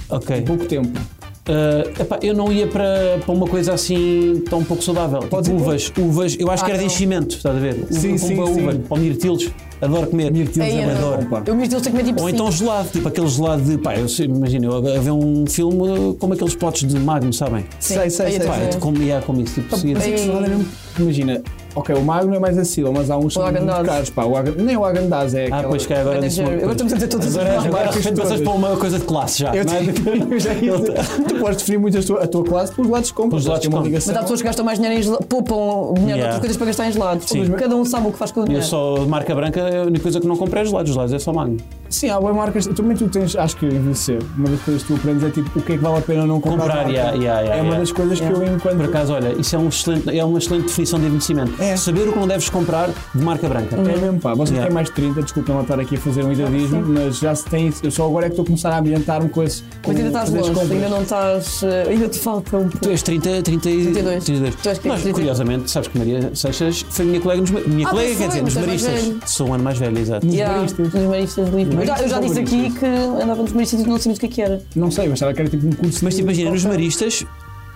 S3: Ok.
S1: pouco tempo.
S3: Uh, epá, eu não ia para, para uma coisa assim tão pouco saudável.
S1: Pode
S3: Tipo
S1: ir,
S3: uvas, uvas, eu acho
S2: Ah,
S3: que era de
S2: não.
S3: enchimento, estás a ver? Uva
S1: Sim,
S3: com
S1: sim,
S3: uma
S1: sim.
S3: uva, ou mirtilos, adoro comer.
S1: Mirtilos
S2: Aí
S1: é
S2: eu
S1: bem
S3: adoro.
S1: bom, pá.
S2: Eu me estou a comer tipo
S3: Ou
S2: cinco.
S3: então gelado, tipo aquele gelado de. Pá, eu sei, imagina, eu a ver um filme como aqueles potes de Magnum, sabem?
S2: Sim,
S1: Sei, sei,
S2: aí é
S1: sei,
S2: eu
S3: Pá,
S1: sei.
S2: também.
S3: eu como, yeah, como isso, tipo, seguia-
S1: Mas é que se olha mesmo- Imagina, ok, o magno é mais acessível, mas há uns que são muito
S2: Haagen-Dazs.
S1: caros, pá. O Hagen- nem o Agandaz é
S3: Ah,
S1: aquela-
S3: pois que agora
S2: Manager.
S3: disse uma
S2: Agora
S3: coisa.
S2: estamos a dizer todas as
S3: Agora, é agora,
S1: marcas
S3: de repente
S1: todas.
S3: passas para uma coisa de classe já.
S1: Eu
S3: não é?
S1: te- eu já ia dizer, tu podes definir muito a tua, a tua classe pelos lados que compras.
S3: Pelos lados
S1: Tem
S3: que
S1: uma
S3: compras.
S1: ligação.
S2: Mas há pessoas que gastam mais dinheiro em gelados, poupam dinheiro
S3: Yeah.
S2: de outras coisas para gastar em gelados. Cada um sabe o que faz com o
S3: Eu
S2: dinheiro.
S3: só de marca branca, a única coisa que não compro é gelados, os gelados é só Magnum.
S1: Sim, há boas marcas. Também tu tens, acho que envelhecer. Uma das coisas que tu aprendes é tipo o que é que vale a pena não comprar.
S3: Comprar,
S1: marca.
S3: yeah, yeah, yeah,
S1: é uma
S3: yeah.
S1: das coisas
S2: Yeah.
S1: que eu enquanto.
S3: Por acaso, olha, isso é, um excelente, é uma excelente definição de envelhecimento.
S1: É.
S3: Saber o que não deves comprar de marca branca.
S1: É mesmo, pá. Vocês
S3: Yeah.
S1: têm mais de 30, desculpa não estar aqui a
S2: Ah,
S1: fazer um idadismo, mas já se tem. Eu só agora é que estou a começar a ambientar-me com esse. com
S2: Mas ainda estás
S1: fazer as
S2: longe,
S1: compras.
S2: ainda não estás. eh, Ainda te falta um
S3: Tu
S2: pouco.
S3: és 30, 30 e...
S2: 32.
S3: 32.
S2: Tu és que-
S3: Mas,
S2: 32.
S3: curiosamente, sabes que Maria Seixas foi minha colega, nos, minha
S2: Ah,
S3: colega
S2: pois
S3: quer dizer,
S2: foi,
S3: nos
S2: mas é mais velho.
S3: maristas. Sou um ano mais velho, exato.
S2: Yeah,
S1: maristas.
S2: Os maristas livres. Eu já- Eu já
S1: Maristas
S2: disse
S1: ou
S2: aqui
S1: maristas?
S2: que andava nos maristas e não sabíamos o que é que era.
S1: Não sei, eu achava que era tipo um curso.
S3: Mas
S1: de-
S3: tipo, imagina, nos maristas,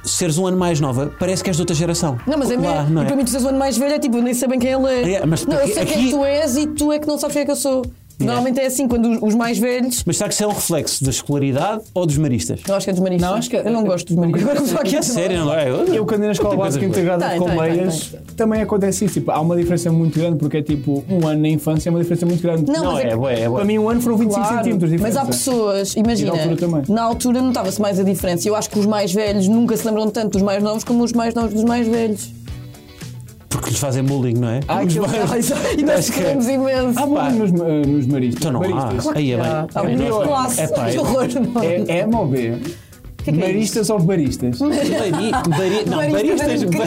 S3: seres um ano mais nova, parece que és de outra geração.
S2: Não, mas é
S3: Lá,
S2: mesmo.
S3: não
S2: E para mim, tu seres o ano mais velho, é tipo, eu nem sei bem quem ele é.
S3: É, mas
S2: não, eu
S3: porque
S2: sei quem é
S3: aqui-
S2: que tu és e tu é que não sabes quem é que eu sou. Normalmente é assim, quando os- os mais velhos.
S3: Mas será que isso é um reflexo da escolaridade ou dos maristas?
S2: Eu acho que é dos maristas.
S1: Não, acho que-
S2: Eu não gosto dos maristas. Agora vou aqui a
S3: Sério, não é?
S1: Eu quando ia na escola básica
S3: Tem coisas boas.
S1: integrada
S2: Tem,
S1: com
S2: tem, tem,
S1: meias, também acontece isso. Tipo, há uma diferença muito grande, porque é tipo, um ano na infância é uma diferença muito grande.
S2: Não,
S3: Não,
S2: mas é
S3: é,
S2: que-
S3: bué, é bué.
S1: Para mim, um ano foram 25
S2: Claro,
S1: centímetros de
S2: mas
S1: diferença.
S2: há pessoas, imagina,
S1: E na altura também.
S2: na altura notava-se mais a diferença. Eu acho que os mais velhos nunca se lembram tanto dos mais novos como os mais novos dos mais velhos.
S3: Porque lhes fazem bullying, não é?
S1: Ah,
S3: Os
S1: que
S3: mais-
S1: horror.
S2: E nós
S1: é.
S3: Acho que-
S2: queremos imenso.
S1: Há bullying nos, eh, nos maristas.
S3: Então não há.
S1: Maristas.
S3: Aí é bem.
S2: Ah, há
S3: Bem,
S2: bullying.
S3: nós-
S2: Classe.
S3: É pá,
S2: Que
S3: é-
S2: horror. não.
S1: tá É, é M ou B?
S2: é isso?
S1: maristas ou baristas?
S3: Bari- bari- não,
S2: Baristas
S3: baristas,
S2: é incrível.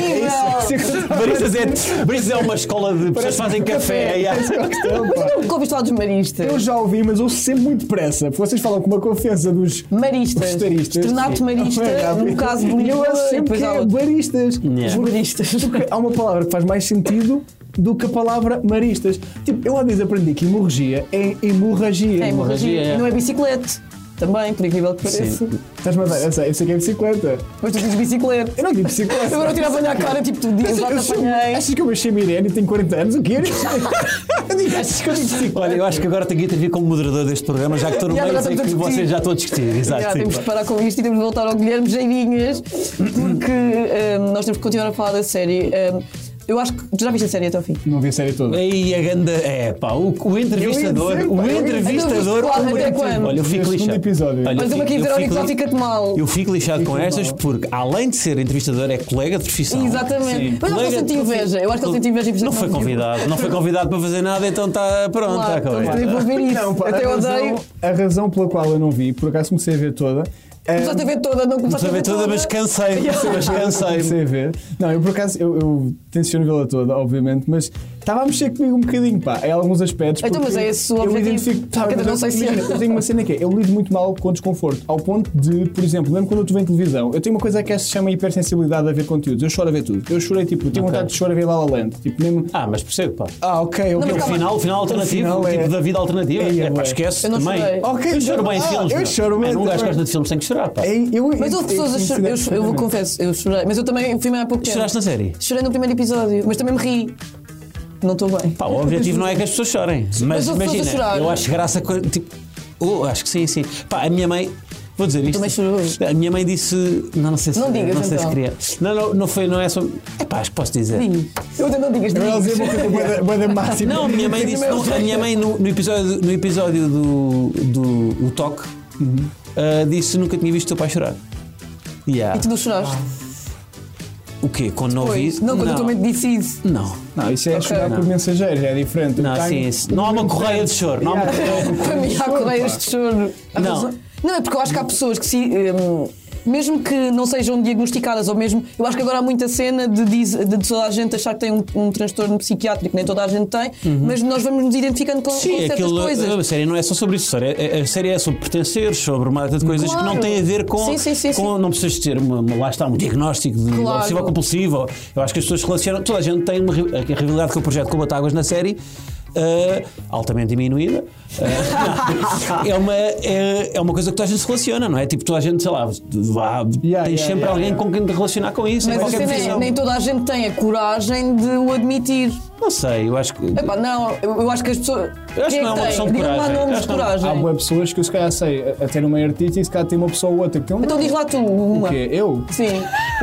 S3: baristas, baristas, é, baristas é uma escola de pessoas que fazem
S2: é
S3: café. yeah.
S2: Mas eu nunca ouviste falar dos maristas.
S1: Eu já ouvi, mas ouço sempre muito depressa. porque Vocês falam com uma confiança dos
S2: Maristas.
S1: baristas.
S2: Tornar-te marista, no caso de
S1: E Eu
S2: Lisboa,
S1: acho
S2: e
S1: sempre
S2: depois
S1: que
S2: há
S1: é
S2: outro.
S1: baristas.
S3: Yeah.
S2: Baristas.
S1: Porque há uma palavra que faz mais sentido do que a palavra maristas. Tipo, eu há dias aprendi que hemorragia é hemorragia.
S2: É hemorragia.
S3: é.
S2: E Não é bicicleta. Também, por incrível que pareça.
S3: Sim.
S1: Estás-me a dar? Eu sei, eu sei que é bicicleta.
S2: Mas tu dizes bicicleta.
S1: Eu não digo bicicleta.
S2: Agora eu tirava-lhe a cara, tipo, tu dizes,
S1: Eu
S2: lá te
S1: sou- um
S2: apanhei.
S1: Achas que eu mexi a Irene e tenho 40 anos? O quê? Eu digo, Achas que eu digo bicicleta?
S3: Olha, eu acho que agora tenho que intervir como moderador deste programa, já que estou no
S2: Yeah,
S3: meio
S2: já
S3: e que
S2: estamos a discutir.
S3: vocês já estão a discutir. Exato,
S2: Já,
S3: sim.
S2: temos de parar com isto e temos de voltar ao Guilherme Jeirinhas, porque hum, nós temos que continuar a falar da série. Hum, eu acho que tu já viste a série até ao fim.
S1: Não vi a série toda.
S3: Aí a ganda. É pá, o, o entrevistador.
S1: Eu ia dizer, pá,
S3: o
S1: eu ia dizer.
S3: entrevistador.
S2: Então, mas
S3: o
S2: até
S3: entrevistador-
S2: quando?
S3: Olha, eu fico
S1: Neste
S3: lixado.
S1: segundo episódio.
S3: Olha, eu
S2: Mas eu
S3: fico-
S2: aqui a dizer
S3: eu
S2: ao
S3: fico
S2: Nicolau
S3: li-
S2: fica-te mal.
S3: Eu fico lixado com
S1: mal.
S3: estas porque, além de ser entrevistador, é colega de profissão.
S2: Exatamente. Mas ele
S3: Colega-
S2: sentiu inveja. Eu acho que ele sentiu inveja e por isso
S3: Não
S2: é que
S3: foi
S2: não viu.
S3: convidado. Não foi convidado para fazer nada, então está pronto.
S2: Claro,
S3: está
S2: então
S3: acabado.
S2: vou ver isso.
S1: pá,
S2: Até
S1: a
S2: eu
S1: razão-
S2: odeio.
S1: A razão pela qual eu não vi, por acaso comecei a ver toda.
S2: Não
S1: ah,
S2: Começaste a ver toda, não começaste
S3: Estou a ver toda, mas cansei. Mas cansei.
S1: Comecei a ver. Não, eu por acaso, eu, eu tenciono vê-la toda, obviamente, mas estava a mexer comigo um bocadinho, pá, em alguns aspectos.
S2: Então,
S1: porque
S2: mas é esse o
S1: eu
S2: objetivo.
S1: identifico, tá,
S2: Quer dizer,
S1: mas
S2: não
S1: eu-
S2: sei se é.
S1: imagina, Eu tenho uma cena que é, eu lido muito mal com desconforto, ao ponto de, por exemplo, lembro quando eu estive em televisão, eu tenho uma coisa que é, se chama hipersensibilidade a ver conteúdos, eu choro a ver tudo. Eu chorei, tipo, eu tenho
S3: Ok.
S1: vontade de chorar a ver La La Land, tipo, mesmo...
S3: Ah, mas percebo, pá.
S1: Ah, ok, ok.
S2: mas
S3: O
S2: calma.
S3: final, o final alternativo,
S1: final
S3: o
S1: é-
S3: tipo da vida alternativa.
S1: Ei,
S3: É, pá,
S1: ué.
S3: esquece
S2: Eu não
S3: também.
S2: chorei.
S1: Ok,
S3: Eu choro
S1: choro-
S3: bem em
S1: ah,
S3: filmes.
S1: eu
S3: meu.
S1: choro bem
S3: É, Um gajo
S1: também.
S3: gosta de filmes, tem que chorar, pá.
S1: Ei, eu-
S2: Mas
S1: eu-
S2: houve pessoas a
S1: eu-
S2: chorar. Eu, eu, vou confesso, eu chorei. Mas eu também fui há pouco
S1: é.
S2: tempo.
S3: Choraste na série?
S2: Chorei no primeiro episódio, mas também me ri. Não estou bem.
S3: Pá, o objetivo não é que as pessoas chorem. Mas,
S2: Mas houve pessoas a
S3: imagina,
S2: chorar.
S3: eu acho graça. co- Tipo, oh, acho que sim, sim. Pá, a minha mãe. Vou dizer isto.
S2: Também chorou.
S3: A minha mãe disse. Não, não sei se.
S2: Não digas,
S3: sei se
S2: então.
S3: queria. Não, não, não foi, não é só. É pá, acho que posso dizer.
S2: Diz. Eu até não digas,
S1: Eu ia dizer uma coisa bué da- bué da máxima.
S3: Não, a minha mãe disse. não, a minha mãe, no, no episódio, no episódio do, do o Toque,
S2: Uhum.
S3: ah, disse nunca tinha visto o teu pai chorar. Yeah.
S2: E tu não choraste?
S3: O quê? Quando Ah, não ouvi
S2: Pois. Não, quando eu também te disse isso.
S3: Não.
S1: Não, isso é
S2: Ok.
S1: chorar por
S3: Não.
S1: mensageiros, é diferente.
S3: Não,
S1: Tenho-
S3: sim, isso. Não há uma correia de choro. Não há uma correia de
S2: Para mim há correias de choro. Há
S3: Não.
S2: razão- Não, é porque eu acho que há pessoas que se. hum, mesmo que não sejam diagnosticadas, ou mesmo. Eu acho que agora há muita cena de, diz- de toda a gente achar que tem um, um transtorno psiquiátrico, nem toda a gente tem, mas nós vamos nos identificando com, com
S3: Uhum. Sim,
S2: certas
S3: aquilo,
S2: coisas.
S3: a série não é só sobre isso. A série é, a série é sobre pertencer, sobre uma data de coisas que
S2: Claro.
S3: não têm a ver com.
S2: Sim, sim, sim,
S3: com- Não precisas ter uma, uma- lá está, um diagnóstico de
S2: Claro.
S3: obsessivo ou compulsivo. Eu acho que as pessoas relacionam. Toda a gente tem uma ri- a rivalidade com o projeto Combate Águas na série. ah, altamente diminuída Ah, é, uma, é, é uma coisa que toda a gente se relaciona, não é? Tipo, toda a gente, sei lá, vá,
S1: Yeah,
S3: tens
S1: yeah,
S3: sempre
S1: yeah,
S3: alguém
S1: yeah.
S3: com quem te relacionar com isso. em
S2: Mas a
S3: qualquer
S2: cena é,
S3: profissão.
S2: nem toda a gente tem a coragem de o admitir.
S3: Não sei, eu acho que.
S2: Epá, não, eu, eu acho que as pessoas.
S3: Eu acho
S2: Quem
S3: que não é uma
S2: tem?
S3: questão de
S2: Diga-me lá
S3: coragem.
S2: nomes
S3: Eu
S2: de
S3: acho que não.
S2: coragem.
S1: Há boas pessoas que eu se calhar sei, a- até no meio artístico, e se calhar tem uma pessoa ou outra que tem um.
S2: Então diz lá tu uma.
S1: O quê? Eu?
S2: Sim.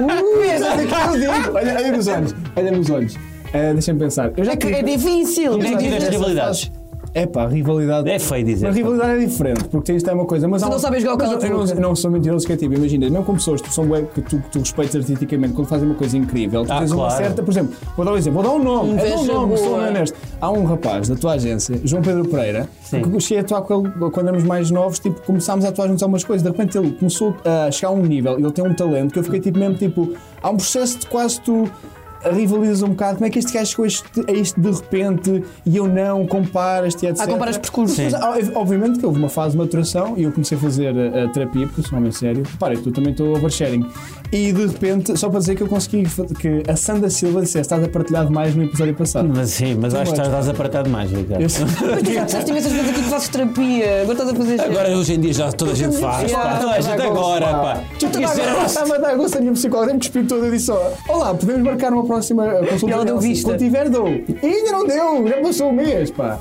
S1: Ui, é nada que eu digo. Olha, olha nos olhos, olha nos olhos. Eh, Deixa-me pensar. Eu já
S2: É que é
S1: tive-
S2: difícil.
S1: Eu já
S3: tiveste
S1: tive essa
S3: rivalidades?
S1: fase. É pá, rivalidade.
S3: É feio dizer.
S1: Mas rivalidade é diferente, porque tens de ter uma coisa. Mas
S2: Tu
S1: há
S2: não
S1: uma-
S2: sabes jogar o
S1: mas
S2: Call of
S1: eu não-
S2: Duty.
S1: Não, sou mentiroso que é tipo, imagina, mesmo com pessoas que tu, são bué- que tu, que tu respeitas artisticamente, quando fazem uma coisa incrível, tu
S3: Ah,
S1: tens uma
S3: claro.
S1: certa. Por exemplo, vou dar um exemplo, vou dar um nome, é um
S2: Inveja
S1: nome, sou
S2: boa.
S1: honesto. Há um rapaz da tua agência, João Pedro Pereira, que cheguei a atuar com ele quando éramos mais novos, tipo, começámos a atuar juntos a umas coisas, de repente ele começou a chegar a um nível, ele tem um talento que eu fiquei tipo mesmo tipo, há um processo de quase tu rivalizas um bocado, como é que este gajo chegou a isto, a isto de repente e eu não, comparas-te, etc.
S2: Ah, comparas percursos.
S3: Sim.
S1: Mas, ah, obviamente que houve uma fase de maturação e eu comecei a fazer a, terapia, porque eu sou um homem sério. Repara que tu também estou oversharing. E de repente, só para dizer que eu consegui fa- que a Sandra Silva dissesse estás a partilhar demais no episódio passado.
S3: Mas sim, mas acho que
S1: gosto.
S3: estás apertado demais, Ricardo.
S1: Eu-
S2: Mas tu já disseste imensas vezes aqui que fazes terapia, agora estás a fazer.
S3: Agora hoje em dia já toda a gente faz, pá, toda a gente agora, É, pá.
S1: Tu
S3: Isto era-
S1: estava a dar gosto a minha psicóloga, me cuspir toda e disse só: Olá, podemos marcar uma próxima eh, consulta?
S2: E ela deu
S1: assim,
S2: vista.
S1: Quando tiver, dou. E ainda não deu, já passou um mês, pá.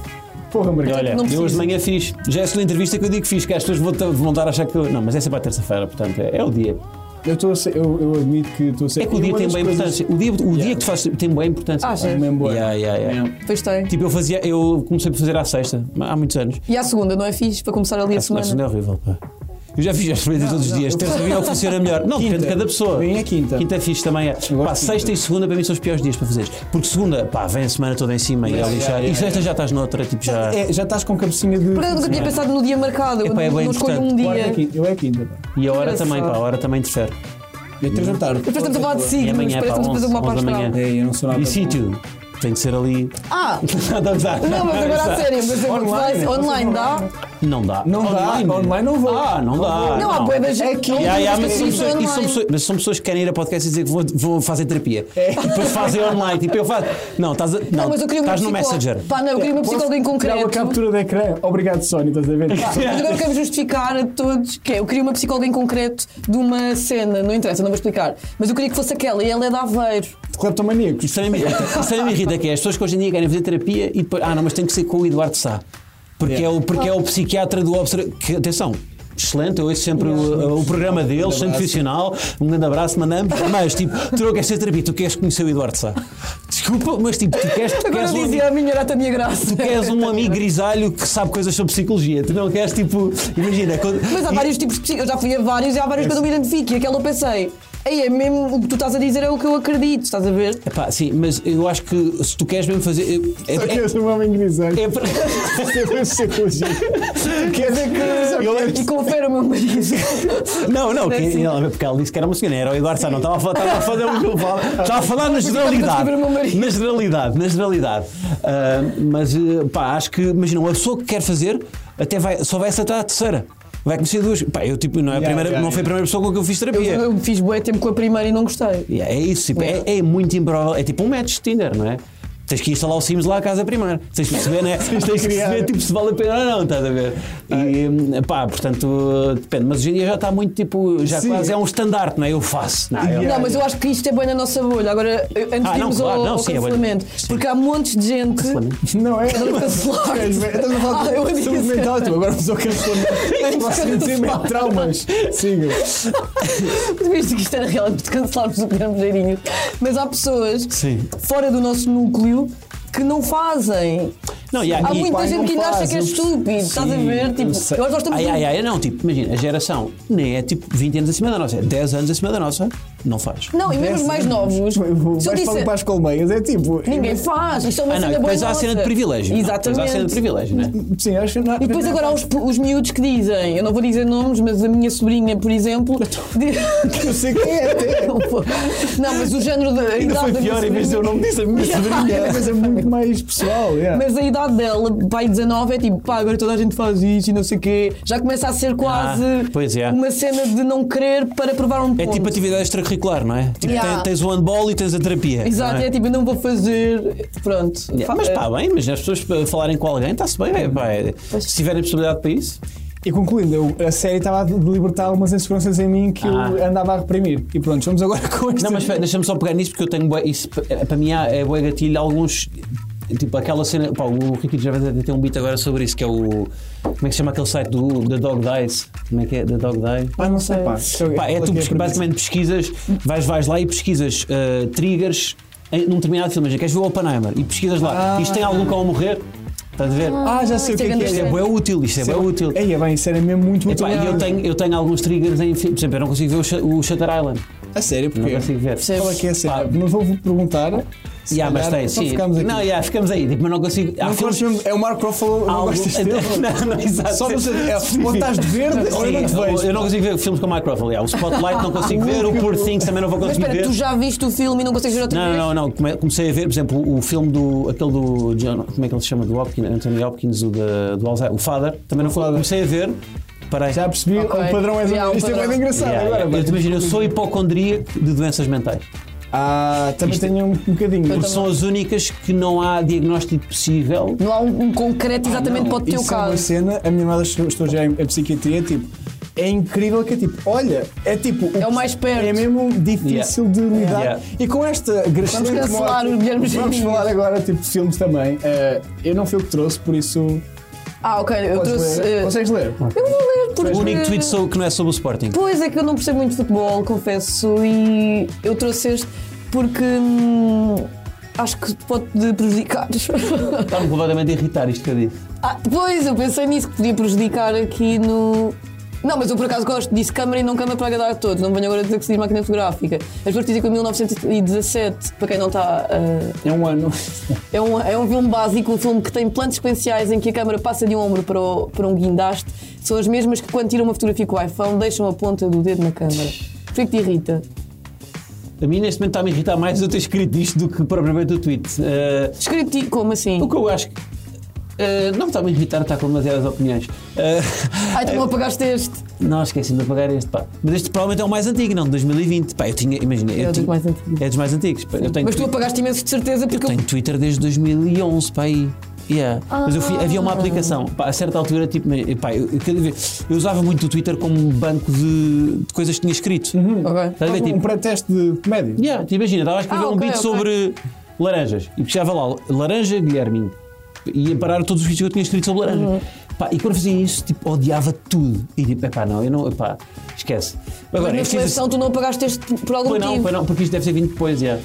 S1: Porra,
S3: E
S1: Marquinhos.
S3: Olha,
S2: Não
S3: eu hoje de
S2: preciso.
S3: manhã fiz. Já é a segunda entrevista que eu digo que fiz, que as pessoas vão, ta- vão estar a achar que eu. Não, mas é sempre à terça-feira, portanto, é, é o dia.
S1: Eu, estou a ser- eu, eu admito que estou a ser.
S3: É que o
S1: e
S3: dia
S1: uma
S3: tem
S1: das
S3: bem
S1: coisas-
S3: importância. O dia, o dia que tu fazes tem bem importância.
S2: Ah,
S3: pá.
S2: sim.
S1: Mesmo boa.
S3: Yeah, yeah, yeah.
S1: Mesmo.
S2: Pois tem.
S3: Tipo, eu fazia, eu comecei a fazer à sexta, há muitos anos.
S2: E à segunda, não é fixe? Para começar ali a
S3: Essa
S2: semana.
S3: é horrível, pá. Eu já fiz as experiências todos os dias. Terça-feira é o que funciona melhor. Não, depende de cada pessoa.
S1: Bem, é quinta.
S3: Quinta é fixe também. É. Pá,
S1: gosto de
S3: sexta
S1: quinta.
S3: e segunda para mim são os piores dias para fazeres. Porque segunda, pá, vem a semana toda em cima e é
S1: Yeah,
S3: lixar.
S1: yeah,
S3: E
S1: yeah,
S3: sexta já estás noutra, tipo já.
S1: É, já estás com cabecinha de.
S2: Porque eu nunca tinha pensado no dia marcado. Eu
S3: Epá, é
S2: não
S3: bem
S2: não escolho um
S3: importante.
S1: Claro, é
S2: dia.
S1: quinta, eu é quinta.
S3: E a hora
S2: engraçado.
S3: também, pá, a hora também interfere.
S1: E três da tarde.
S2: Depois estamos a falar de
S3: E
S2: signos,
S3: amanhã é
S2: parece que
S3: pá,
S2: estamos a
S3: 11,
S2: fazer uma
S3: 11 da
S2: parte
S3: manhã.
S1: É, eu não sou nada.
S3: E sítio, tem que ser ali.
S2: Ah!
S3: Nada a usar.
S2: Não, mas agora a sério, mas
S1: Online,
S2: online, online dá.
S3: Não dá.
S1: Não dá, online não vou.
S3: Ah, não dá.
S2: Não, há boedas
S1: É que-
S3: Yeah, yeah,
S1: Mas
S3: mas, são
S1: isso
S3: pessoas, isso são
S2: online.
S3: pessoas- mas são pessoas que querem ir a podcast e dizer que vou, vou fazer terapia. E depois fazem online. Tipo, eu faço. Não, estás, a- não,
S2: É. Não, mas eu queria um uma
S3: estás no
S2: psicóloga.
S3: Messenger.
S2: Pá, não, eu queria uma psicóloga em
S1: Tirar uma
S2: concreto.
S1: captura de ecrã. Obrigado, Sónia, estás a ver?
S2: Mas agora quero justificar a todos que é, eu queria uma psicóloga em concreto de uma cena, não interessa, não vou explicar. Mas eu queria que fosse aquela e ela é de Aveiro.
S1: Cleptomaníacos.
S3: Isso também me irrita. Isso também me irrita, que é as pessoas que hoje em dia querem fazer terapia e depois. Ah, não, mas tem que ser com o Eduardo Sá. Porque, é, o, porque é o psiquiatra do Observ. Que, atenção, excelente, eu ouço sempre o, o
S2: Um
S3: programa dele, sempre profissional. Um grande abraço, mandamos. Mas, tipo, tu não queres ser terapia, tu queres conhecer o Eduardo Sá. Desculpa, mas, tipo, tu queres. Tu
S2: Agora
S3: queres um
S2: dizia a minha era a minha graça.
S3: Tu queres um amigo grisalho que sabe coisas sobre psicologia. Tu não queres, tipo, imagina. Quando...
S2: Mas há
S3: e-
S2: vários tipos de psico- Eu já fui a vários e há vários que eu não me identifico. E aquela eu pensei, aí é mesmo o que tu estás a dizer é o que eu acredito, estás a ver?
S3: Epá, sim, mas eu acho que se tu queres mesmo fazer. É,
S1: Só
S3: é-
S1: queres um homem grisalho.
S3: é pra-
S1: É psicologia. Quer dizer que. só queres-
S2: E confere o meu marido.
S3: Não, não, que,
S2: É assim.
S3: ela- porque ela disse que era uma senhora, era o Eduardo Sá, não estava a falar, estava a falar, o que eu falo. estava a falar na generalidade.
S2: descrever o meu marido.
S3: Na generalidade, na generalidade. Ah, mas eh, pá, acho que, imagina, uma pessoa que quer fazer até vai, só vai acertar a terceira. Vai conhecer duas. Pá, eu tipo, não, é a
S1: Yeah,
S3: primeira,
S1: yeah,
S3: não foi
S1: yeah.
S3: a primeira pessoa com que eu fiz
S2: Eu,
S3: terapia.
S2: eu fiz bué tempo com a primeira e não gostei.
S3: Yeah, é isso, tipo, é, é muito improvável. É tipo um match de Tinder, não é? Tens que instalar o Sims lá à casa primeiro. Tens que perceber, né? Tens que perceber
S1: criar.
S3: tipo, se vale a pena ou não, estás a ver?
S2: É.
S3: E hum, pá, portanto, depende. Mas hoje em dia já está muito tipo, já
S1: Sim.
S3: quase é um estandarte, não é? Eu faço. Não, eu-
S1: Yeah.
S2: Não, mas eu acho que isto é bem na nossa bolha. Agora, eu- antes
S3: Ah,
S2: de
S3: não,
S2: irmos
S3: claro,
S2: ao,
S3: não,
S2: ao
S3: sim, é bolha.
S2: cancelamento, porque há montes de gente.
S3: né?
S1: Não é?
S2: Não cancelaste.
S1: Estás a falar
S2: Ah, eu
S1: de
S2: disse.
S1: saúde mental. tu Agora sou cancelamento. Próximo tema é traumas. Siga.
S2: Visto que isto era realmente de cancelarmos o programa Jeirinho. Mas há pessoas
S3: Sim.
S2: fora do nosso núcleo que não fazem.
S3: Não, yeah,
S2: Há
S3: e-
S2: muita
S1: pai,
S2: gente
S1: não
S2: que ainda acha que é
S1: faz, eu-
S2: estúpido, estás a ver?
S1: eu
S2: Tipo,
S1: sei.
S2: eu acho que nós estamos.
S3: Ai,
S2: num-
S3: ai, ai, não, tipo, imagina, a geração nem é tipo 20 anos acima da nossa, é 10 anos acima da nossa, não faz.
S2: Não, e mesmo os mais novos.
S1: Eu vou-
S2: Se eu
S1: Vais
S2: disser,
S1: para as colmeias. É tipo.
S2: ninguém faz, isto é uma
S3: Ah, não, e
S2: cena boa.
S3: depois há a cena de privilégio. não? é? Depois há a cena de
S2: Exatamente.
S3: privilégio, não é?
S1: Sim, acho que. não-
S2: E depois agora há os, os miúdos que dizem, eu não vou dizer nomes, mas a minha sobrinha, por exemplo, diz-
S1: Eu sei quem é até.
S2: não, mas o género da a idade
S1: Ainda foi
S2: da minha
S1: pior, em vez de eu
S2: sobrinha-
S1: não me disse a minha sobrinha. É uma coisa muito mais pessoal. yeah.
S2: Mas a idade dela, pai 19, é tipo, pá, agora toda a gente faz isso e não sei o quê. Já começa a ser quase
S3: Ah, pois é.
S2: uma cena de não querer para provar um ponto.
S3: É tipo atividade extracurricular, não é? Tipo,
S2: Yeah.
S3: tem- tens o handball e tens a terapia.
S2: Exato,
S3: não
S2: é?
S3: é?
S2: tipo, eu não vou fazer. Pronto.
S3: Yeah,
S2: Fa- é.
S3: mas pá, bem, mas as pessoas para falarem com alguém, está-se bem, é, pá, é- se tiverem possibilidade para isso.
S1: E concluindo, eu- a série estava a de- libertar algumas inseguranças em mim que eu
S3: Ah.
S1: andava a reprimir. E pronto, vamos agora com este.
S3: Não, mas espera, deixa-me só pegar nisso porque eu tenho bué- isso pa- é- para mim é é bué gatilho alguns tipo aquela cena, pá, o Ricky Gervais até tem um beat agora sobre isso que é o como é que se chama aquele site do The Dog Dies? Como é que é? The Dog Dies?
S1: Ah, não sei, pá.
S3: Pá, é
S1: Qual
S3: tu
S1: que a
S3: pesqui-
S1: premissa?
S3: basicamente pesquisas, vais, vais lá e pesquisas eh, triggers em, num determinado filme. Imagina, Queres ver o Oppenheimer e pesquisas lá. Isto tem algum cão a morrer? Estás a ver?
S1: Ah, já sei o que
S2: isso é
S1: é que
S2: grande
S1: é.
S3: Isto é
S2: sério.
S3: bem útil, isto é bem útil.
S1: Ei, é bem, isso era mesmo muito, muito
S3: Epá, e eu,
S1: obrigado.
S3: tenho, eu tenho alguns triggers em filmes. Por exemplo, eu não consigo ver o, Shu- o Shutter Island.
S1: A sério,
S3: Não
S1: porque.
S3: consigo ver.
S2: Percebes?
S1: Qual é que é a sério? Não vou perguntar. se
S3: Yeah, mas
S1: calhar
S3: tem,
S1: só
S3: sim.
S1: ficamos aqui.
S3: Não, yeah, ficamos aí, tipo, mas não consigo. há
S1: Não
S3: filmes-
S1: gosto mesmo- É o Marco Ruffalo,
S3: há
S1: não
S3: algum-
S1: gostas dele?
S3: Não, não, exato.
S1: Só no sentido- é, ou estás de verde ou eu não te
S3: Sim,
S1: vejo.
S3: eu não consigo ver filmes com o Mike Ruffalo. yeah. O Spotlight não consigo ver, o Poor Things também não vou
S2: Mas
S3: conseguir
S2: espera,
S3: ver.
S2: tu já viste o filme e não consegues ver outra
S3: Não,
S2: vez?
S3: não, não. Come- Comecei a ver, por exemplo, o filme do. aquele do. John, como é que ele se chama? Do Hopkins, Anthony Hopkins, o da- do Alzheimer. O Father. Também não
S1: Father.
S3: comecei a ver. Parei.
S1: Já percebi,
S2: Ok.
S1: o padrão é
S2: Yeah, um
S1: Isto é
S2: padrão.
S1: bem engraçado
S3: Yeah,
S1: agora.
S3: yeah. Eu
S1: mas-
S3: te imagino, eu sou hipocondríaco de doenças mentais.
S1: Ah, também
S3: Isto-
S1: tenho um bocadinho.
S3: Porque são as únicas que não há diagnóstico possível.
S2: Não há um, um concreto exatamente para o teu
S1: Isso é uma
S2: caso.
S1: cena, a minha mãe estou já em, em psiquiatria, tipo, é incrível que é tipo, olha, é tipo.
S2: É o mais perto.
S1: É mesmo difícil
S3: Yeah.
S1: de lidar.
S3: Yeah.
S1: E com esta gracinha.
S2: Vamos
S1: que
S2: cancelar
S1: morre-
S2: o Guilherme
S1: Vamos
S2: Jardim.
S1: falar agora, tipo, de filmes também. Eh, eu não fui o que trouxe, por isso.
S2: Ah, ok, eu
S1: podes
S2: trouxe.
S1: ler.
S2: eh,
S1: Consegues ler?
S2: Eu vou ler porque.
S3: O único tweet sou- que não é sobre o Sporting.
S2: Pois é que eu não percebo muito de futebol, confesso, e eu trouxe este porque hum, acho que pode te prejudicar.
S3: Está-me completamente a irritar isto que eu disse.
S2: ah, pois, eu pensei nisso, que podia prejudicar aqui no. Não, mas eu por acaso gosto, disse câmara e não câmara para agradar a todos, não venho agora dizer que se diz máquina fotográfica. As partida com 1917, para quem não está. ah,
S1: É um ano.
S2: é, um, é um filme básico, um filme que tem planos sequenciais em que a câmara passa de um ombro para, o- para um guindaste. São as mesmas que quando tiram uma fotografia com o iPhone deixam a ponta do dedo na câmara. Porquê que te irrita?
S3: A mim, neste momento, está-me a irritar mais eu ter escrito isto do que propriamente o tweet. Eh,
S2: Escrito ti- como assim?
S3: o que eu acho que. eh, não está-me a irritar, está com demasiadas opiniões. Eh,
S2: Ai, tu não apagaste este.
S3: Não, esqueci de apagar este, pá. Mas este provavelmente é o mais antigo, não, de 2020. Pá, eu tinha, imagina. eu
S2: É dos
S3: tinha-
S2: mais antigos.
S3: É dos mais antigos. pá, Eu tenho,
S2: Mas tu
S3: Twitter-
S2: apagaste imenso de certeza porque eu.
S3: tenho Twitter desde 2011, pá, aí. Yeah. Mas eu fui- havia
S2: Ah.
S3: uma aplicação, pá, a certa altura, tipo, me- pá, eu, eu cada vez- eu usava muito o Twitter como um banco de, de coisas que tinha escrito.
S2: Ok.
S3: Estás a ver, tipo,
S1: Um pré-teste de comédia.
S3: Yeah, te imagina, estava a escrever
S2: Ah,
S3: um
S2: ok,
S3: beat
S2: ok.
S3: sobre laranjas e puxava lá laranja Guilherme e ia parar todos os vídeos que eu tinha escrito sobre laranjas.
S2: Uhum.
S3: Pá, e quando fazia isso, tipo, odiava tudo. E tipo, epá, não, eu não, epá, esquece.
S2: Mas na
S3: este
S2: seleção tu não apagaste este por algum
S3: foi não,
S2: motivo.
S3: foi não, porque isto deve ter vindo depois, yeah.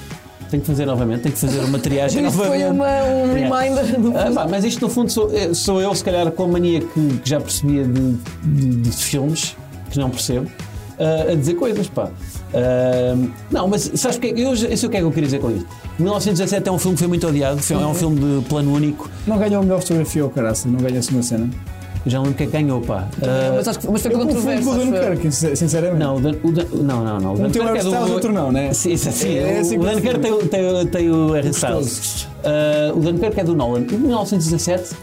S3: Tenho que fazer novamente, tenho que fazer uma triagem
S2: Isto foi
S3: novamente.
S2: uma- um
S3: Yeah.
S2: reminder do
S3: Ah, pá, mas isto no fundo sou, eh, sou eu, se calhar, com a mania que, que já percebia de, de- de filmes, que não percebo, ah, a dizer coisas, pá. Ah, não, mas sabes porque eu, já- eu sei o que é que eu queria dizer com isto. 1917 é um filme que foi muito odiado, foi- é um filme de plano único,
S1: Não ganhou a melhor fotografia ao caraça, não ganhou a segunda cena.
S3: eu já não lembro quem é ganhou, pá. Ah,
S2: Mas, acho que, mas foi
S1: Eu confundo com
S2: controverso.
S1: o Dan
S2: acho eu.
S1: Kirk, sin- sinceramente.
S3: Não, o Dan, o Dan, não, não, não. O Dan
S1: Um tem o
S3: Kerr
S1: Harry Styles, outro não, né?
S3: Sim, sim, sim.
S1: É assim
S3: o
S1: que eu
S3: Dunkerque tem, o- tem, o- tem o Harry Styles.
S1: gostoso.
S3: Ah, o Dunkerque é do Nolan. O 1917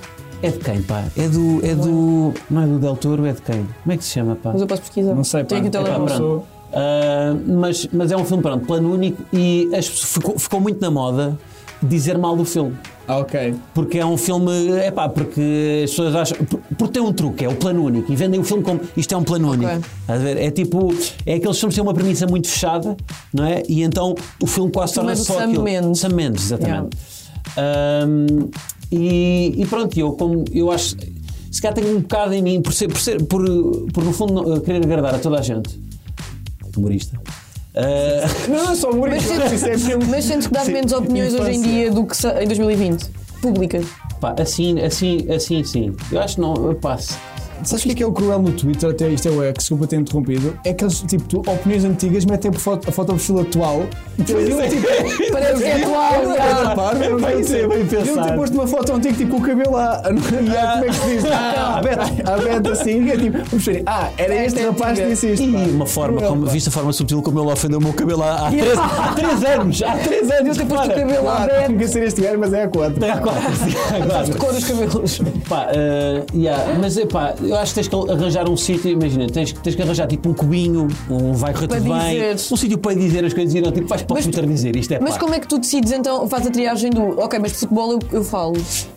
S3: é de quem, pá? É do, é do. Não é do Del Toro, é de quem? Como é que se chama, pá?
S2: Mas eu posso pesquisar.
S1: Não sei, pá.
S2: Tenho aqui o
S1: É pá,
S3: Pá,
S2: telemóvel.
S1: não
S3: pronto.
S1: sou-
S3: Ah, mas, mas é um filme, pronto, plano único e as- ficou, ficou muito na moda dizer mal do filme.
S1: Ah, ok.
S3: Porque é um filme, é pá, porque as pessoas acham. por- Porque tem um truque, é o plano único. E vendem o filme como isto é um plano
S2: Ok.
S3: único. Estás a ver? É tipo, é aqueles filmes que têm uma premissa muito fechada, não é? E então o filme quase
S2: filme é
S3: torna-se
S2: do
S3: só
S2: Sam
S3: aquilo.
S2: Mendes.
S3: Sam Mendes, exatamente. Ahm, e, e pronto, eu, como, eu acho. Se calhar tenho um bocado em mim, por, ser, por, ser, por, por, no fundo não- querer agradar a toda a gente, humorista. Ah,
S1: Não, não, só o Mourinho.
S2: Mas sentes,
S1: um-
S2: mas sentes que dás menos opiniões hoje em dia do que sa- em 2020? Públicas.
S3: pá, assim, assim, assim, sim. Eu acho que não, pá, se-
S1: Sabes o que é que é o cruel no Twitter? Até isto é o X, desculpa ter interrompido. É que eles, tipo, tu, opiniões antigas metem por foto, a foto do perfil atual.
S3: é.
S1: Deviam, tipo,
S2: Parece que é atual,
S1: Não,
S2: já.
S1: não, para, não,
S3: Bem,
S1: não,
S3: sim, bem
S1: Deviam
S3: pensado.
S1: ter tipo, posto uma foto antiga, tipo, com o cabelo à. à- Como é que se diz?
S3: Ah, aberto.
S1: Aberto assim, é tipo, vamos ver, ah, era este
S2: Esta é
S1: rapaz que
S2: antiga.
S1: disse isto.
S3: E
S1: pá.
S3: uma forma,
S1: Cruel,
S3: como,
S1: pá.
S3: viste a forma subtil como ele ofendeu o meu cabelo há 3 há três anos. Há 3 anos.
S2: Eu te posto o
S3: repara.
S2: cabelo
S1: Ah,
S2: aberto.
S1: tinha que ser este gajo, mas é a 4.
S3: Há quatro, sim, há quatro.
S2: Cor dos cabelos.
S3: Pá, eh, yeah, mas epá, eu acho que tens que arranjar um sítio, imagina, tens, que- tens que arranjar tipo um cubinho, um vai correr
S2: Para
S3: tudo bem,
S2: dizeres.
S3: um sítio para dizer as coisas e não tipo, vais para o
S2: Mas-
S3: Twitter dizer isto é
S2: Mas
S3: pá.
S2: como é que tu decides então? Faz a triagem do. Ok, mas de futebol eu, eu falo.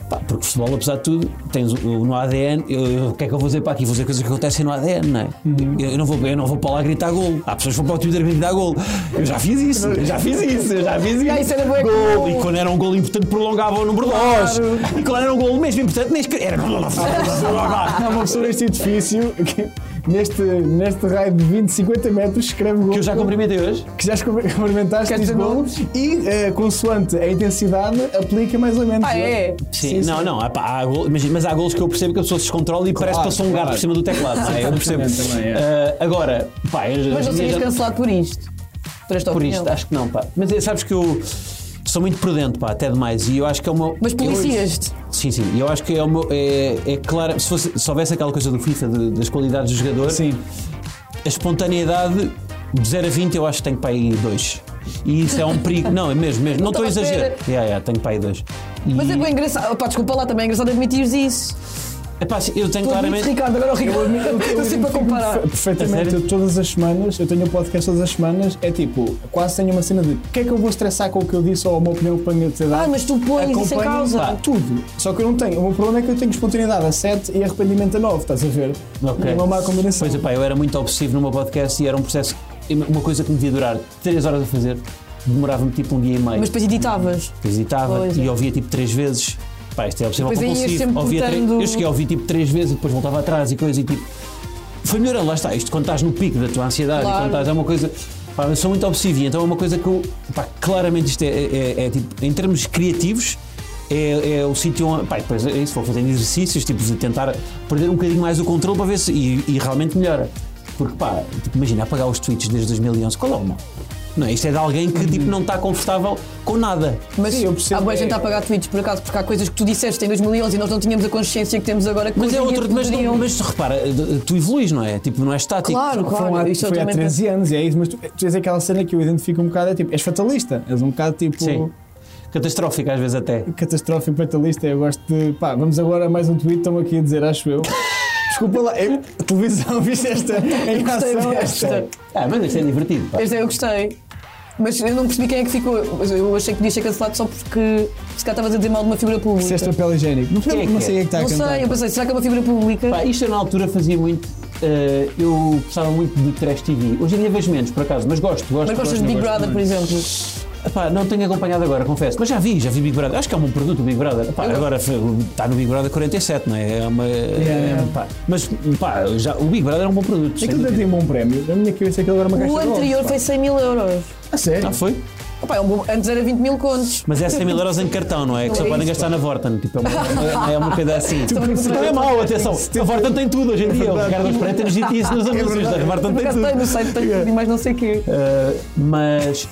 S3: Pá, porque futebol, apesar de tudo, tens o- o- no ADN. eu- eu- O que é que eu vou dizer para aqui? Vou dizer coisas que acontecem no ADN, não é? Eu, eu não vou, eu não vou para lá gritar gol. Há pessoas que vão para o Twitter gritar gol. Eu já fiz isso, eu já fiz isso, eu já fiz isso.
S2: Ah, isso era bué
S3: gol.
S2: comum.
S3: E quando era um gol importante, prolongava o número 2. E quando era um gol mesmo importante, nem escre- era.
S1: Não, uma pessoa neste edifício que, neste, neste raio de 20, 50 metros, escreve gol.
S3: Que eu já cumprimentei hoje.
S1: que já escre- experimentaste
S2: Quer
S1: diz
S2: dizer,
S1: gol e eh, consoante a intensidade aplica mais ou menos.
S2: Ah, é?
S3: Sim, não, não, há, pá, há gol- imagina, mas há golos que eu percebo que a pessoa se descontrola e parece que passou um gato
S1: claro.
S3: por cima do teclado. pá, eu percebo.
S1: Exatamente, também, é.
S3: Ah, agora, pá, eu,
S2: Mas não
S3: eu
S2: serias
S3: já-
S2: cancelado por isto. Por esta
S3: por
S2: opinião.
S3: isto, acho que não, pá. Mas eh, sabes que eu sou muito prudente, pá, até demais. E eu acho que é uma.
S2: Mas
S3: eu-
S2: policias-te.
S3: Sim, sim. E eu acho que é, uma, é, é claro. Se, fosse- se houvesse aquela coisa do FIFA, de- das qualidades do jogador,
S1: Sim.
S3: a espontaneidade de 0 a 20 eu acho que tenho para aí 2. E isso é um perigo. Não, é mesmo, mesmo. Não estou a
S2: estava à espera.
S3: exagerar. Yeah, yeah, tenho para aí 2.
S2: Mas é bem engraçado. Pá, desculpa lá, também é engraçado admitires isso.
S3: Epá, eu tenho
S2: Tu admites,
S3: claramente.
S2: Ricardo, agora o Ricardo.
S1: Eu- eu-
S2: Eu sempre a
S1: identifico-me perfe-
S2: comparar.
S3: A
S1: Perfeitamente,
S3: sério?
S1: eu todas as semanas, eu tenho um podcast todas as semanas, é tipo, quase tenho uma cena de o que é que eu vou estressar com o que eu disse ou a minha opinião para a minha sociedade.
S2: Ah, mas tu pões isso em
S1: Acompanho,
S2: causa.
S1: pá, tudo. Só que eu não tenho. O meu problema é que eu tenho espontaneidade a 7 e arrependimento a 9, estás a ver?
S3: Ok.
S1: É uma má combinação.
S3: Pois é, pá, eu era muito obsessivo no meu podcast e era um processo. Uma coisa que me devia durar 3 horas a fazer, demorava-me tipo um dia e meio.
S2: Mas depois editavas.
S3: Depois editava
S2: Pois é.
S3: e ouvia tipo três vezes. Pá, isto é obsessivo
S2: Depois aí ias
S3: compulsivo.
S2: sempre
S3: Ouvia tre-
S2: botando-
S3: Eu cheguei a ouvir tipo três vezes e depois voltava atrás e coisa e tipo. Foi melhor, lá está. Isto quando estás no pico da tua ansiedade, e
S2: Claro.
S3: quando estás, é uma coisa. Pá, eu sou muito obsessivo e então é uma coisa que eu. Pá, claramente isto é, é- é, tipo. Em termos criativos. É, é o sítio onde. Pá, e depois é isso, vou fazendo exercícios, tipo, de tentar perder um bocadinho mais o controle para ver se. E, e realmente melhora. Porque, pá, tipo, imagina, apagar os tweets desde 2011, qual é o mal? Não, é? isto é de alguém que, tipo, não está confortável com nada.
S2: Mas
S1: Sim, eu percebo,
S2: há boa
S1: é-
S2: gente a pagar tweets, por acaso, porque há coisas que tu disseste em 2011 e nós não tínhamos a consciência que temos agora que
S3: Mas é
S2: hoje em dia
S3: outro, mas, não-
S2: poderiam-
S3: mas repara, tu evoluís, não é? Tipo, não é estático.
S2: Claro,
S1: Foram
S2: claro.
S1: há-
S2: isso eu
S1: foi há
S2: também penso.
S1: 13 anos, e é isso, mas tu, tu és aquela cena que eu identifico um bocado, é tipo, és fatalista, és um bocado tipo
S3: Sim. Catastrófico às vezes até.
S1: catastrófico fatalista, eu gosto de. Pá, vamos agora a mais um tweet, estão aqui a dizer, acho eu. Desculpa lá, eu, televisão, viste esta em
S2: Gostei
S1: ação,
S2: desta.
S1: esta.
S3: Ah, mas isto é divertido. pá.
S2: Este eu gostei. Mas eu não percebi quem é que ficou. Mas Eu achei que podia ser cancelado só porque se calhar estavas a dizer mal de uma figura pública.
S1: Se és papel higiênico. Não,
S3: Quem é que
S1: não sei
S3: é?
S1: quem é que está a
S2: não
S1: cantar.
S2: sei, eu pensei, será que é uma figura pública?
S3: Pá, isto eu na altura fazia muito. eh, eu gostava muito de Trash TV. Hoje em dia vejo menos, por acaso, mas gosto, gosto.
S2: mas gostas
S3: gosto,
S2: de Big
S3: gosto.
S2: Brother, por exemplo?
S3: Epá, não tenho acompanhado agora, confesso. Mas já vi, já vi Big Brother. Acho que é um bom produto o Big Brother. Epá, agora f- está no Big Brother 47, não é? É uma. pá, mas pá, já, o Big Brother é um bom produto. sem
S1: Aquilo deve
S3: dúvida.
S1: ter um bom prémio. Na minha cabeça, aquilo era uma caixa
S2: O
S1: de ovos,
S2: anterior
S1: pá.
S2: foi 100 mil euros.
S1: A sério?
S3: Ah, foi?
S2: Opa, é um bom- antes era 20 mil contos.
S3: Mas é 100 mil euros em cartão, não é? Que só
S2: Não é
S3: podem
S2: isso,
S3: gastar na Vorten. Tipo, é uma, é uma coisa assim.
S1: percebes?
S3: Não é mau, atenção. A Vorten tem tudo hoje em dia. O Ricardo Espera tem nos dito
S1: É
S3: isso nos anúncios. é? A Vorten
S2: Por
S3: tem
S2: acaso tem
S3: tudo. É.
S2: no site, tem tudo e mais não sei o quê.
S3: Uh, mas,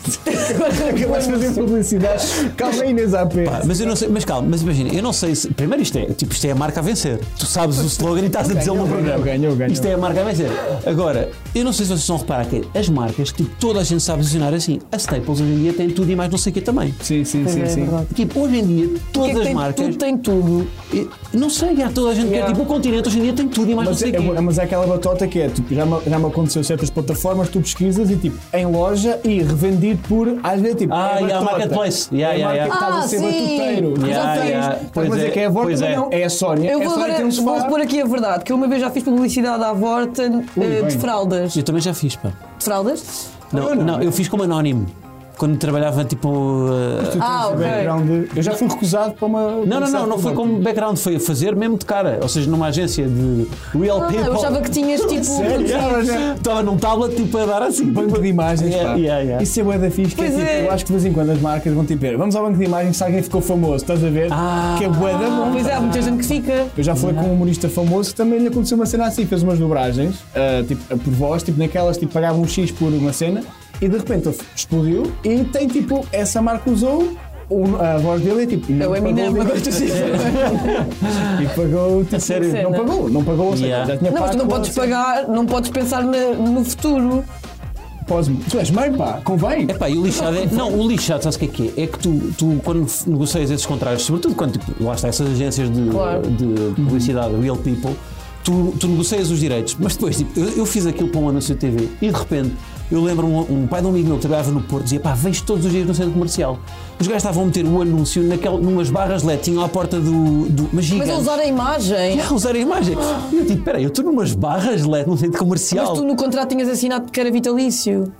S1: Acabaste de fazer publicidade. Calma aí, Inês AP.
S3: mas eu não sei, mas calma, mas imagina, eu não sei se. Primeiro isto é, tipo, isto é a marca a vencer. Tu sabes o slogan e estás a dizer o meu
S1: Ganhou,
S3: programa.
S1: ganhou, ganhou.
S3: Isto é a marca a vencer. Agora, eu não sei se vocês vão reparar que as marcas, tipo, toda a gente sabe posicionar assim. A Staples hoje em dia tem tudo e mais não sei o quê também.
S1: Sim, sim, sim,
S2: é
S1: sim.
S2: verdade.
S3: Tipo, hoje em dia,
S2: O que é
S3: todas
S2: que
S3: as
S2: tem
S3: marcas.
S2: tudo? Tem tudo.
S3: E- Não sei, há toda a gente
S2: Yeah.
S3: que é tipo o continente hoje em dia tem tudo e mais
S1: Mas
S3: não
S1: é,
S3: sei o
S1: é-
S3: quê.
S1: mas é aquela batota que é, tipo, já me, já me aconteceu certas plataformas, tu pesquisas e tipo, em loja e revendido por, às vezes, tipo,
S3: Ah,
S1: é
S3: e há
S1: batota.
S3: marketplace. Yeah,
S1: é
S3: yeah,
S1: market-
S3: yeah.
S1: Estás a
S2: Ah,
S1: ser
S2: sim.
S1: batuteiro.
S3: Yeah,
S1: já tens.
S3: yeah.
S1: Pois
S3: Pois
S1: mas é,
S3: é,
S1: que é a Vorta,
S3: pois
S1: mas
S3: é.
S1: não. É a Sónia. é
S2: Eu
S1: a
S2: vou
S1: Sónia
S2: agora
S1: tem um
S2: vou
S1: sofá.
S2: repor aqui a verdade, que eu uma vez já fiz publicidade à Vorten eh,
S1: bem.
S2: de fraldas.
S3: Eu também já fiz, pá.
S2: De fraldas?
S1: Ah,
S3: Não,
S1: é?
S3: não, eu fiz como anónimo. Quando trabalhava tipo. uh,
S2: Ah, ok.
S1: Background. Eu já fui recusado para uma.
S3: Não, não, não, não foi como background, foi fazer mesmo de cara. Ou seja, numa agência de real
S2: Ah,
S3: people.
S2: eu achava que tinhas tipo.
S1: Sério?
S3: Yeah. Estava num tablet tipo a dar assim.
S1: um Banco de imagens,
S3: Yeah,
S1: pá.
S3: yeah, yeah.
S1: Isso é bué da fixe, que é,
S2: Pois
S1: tipo,
S2: é.
S1: eu acho que de vez em quando as marcas vão tipo ver, vamos ao banco de imagens se alguém ficou famoso, estás a ver?
S3: Ah.
S1: que é bué da bom.
S2: Pois é, há muita gente que fica.
S1: Eu já falei com um humorista famoso que também lhe aconteceu uma cena assim, fez umas dobragens, ah, tipo, por voz, tipo naquelas, tipo, pagava um X por uma cena e de repente ele explodiu e tem tipo, essa marca usou o- a voz dele é tipo,
S2: É
S1: não
S2: o Eminem,
S1: pagou
S2: uma coisa
S1: direitos.
S2: assim.
S1: e pagou, tipo,
S3: sério?
S1: não pagou, não pagou, ou seja,
S3: Yeah.
S1: já tinha
S2: Não, mas tu
S1: pago
S2: não
S1: a
S2: podes
S1: cena.
S2: pagar, não podes pensar na- no futuro.
S1: Pós-me. Tu és mãe, pá, convém.
S3: Epá, e o lixado é. Não, o lixado, sabes o que é que é? É que tu, tu quando f- negocias esses contratos, sobretudo quando tipo, lá está essas agências de,
S2: Claro.
S3: de publicidade, real people, tu, tu negocias os direitos. Mas depois, tipo, eu, eu fiz aquilo para um anúncio de TV e de repente eu lembro um, um pai de um amigo meu que trabalhava no Porto dizia: pá, vejo todos os dias no centro comercial. Os gajos estavam a meter o anúncio naquel, numas barras LED, tinham à porta do. do mas
S2: Mas a
S3: gigantes.
S2: usar a imagem.
S3: Ah, usar a imagem. E eu tipo, peraí, eu estou numas barras LED num centro comercial.
S2: Mas tu no contrato tinhas assinado que era vitalício.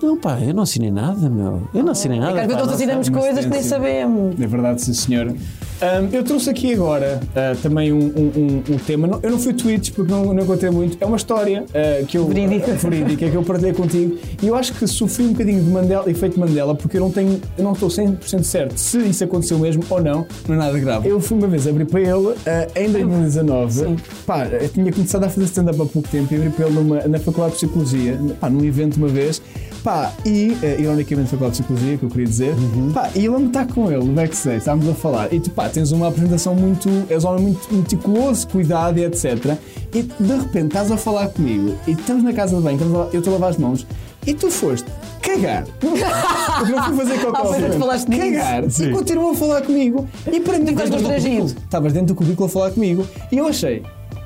S3: Não, pá, eu não assinei nada, meu. Eu não assinei nada.
S1: Ah,
S2: Porque É às vezes nós
S3: pá, não
S2: assinamos
S3: sei.
S2: coisas que nem
S1: sim.
S2: sabemos.
S1: É verdade, sim senhor. Ahm, eu trouxe aqui agora ah, também um, um- um- um tema. Não- eu não fui tweets porque não, não contei muito. É uma história ah, que eu,
S2: Verídica.
S1: verídica, que eu partilhei contigo. E eu acho que sofri um bocadinho de Mandela, efeito Mandela porque eu não tenho, eu não estou 100% certo se isso aconteceu mesmo ou não.
S4: Não é nada grave.
S1: Eu fui uma vez abrir para ele ah, em 2019. Pá, eu tinha começado a fazer stand-up há pouco tempo e abri para ele numa- na Faculdade de Psicologia, pá, num evento uma vez. Pá, e, eh, ironicamente, Faculdade de Psicologia, que eu queria dizer. Pá, e eu lembro de estar com ele no backstage, estávamos a falar. E tu, pá, tens uma apresentação muito. És um homem muito meticuloso, cuidado e etc. E de repente estás a falar comigo e estamos na casa de banho, estamos a- eu estou a lavar as mãos e tu foste cagar. Eu não fui fazer
S2: Ah,
S1: qualquer
S2: pois é, tu falaste disso.
S1: Cagar. E
S4: Sim.
S1: continuam a falar comigo. E para mim,
S2: Ficas
S1: dentro do
S2: constrangido.
S1: cubículo. Estavas dentro do cubículo a falar comigo. E eu achei,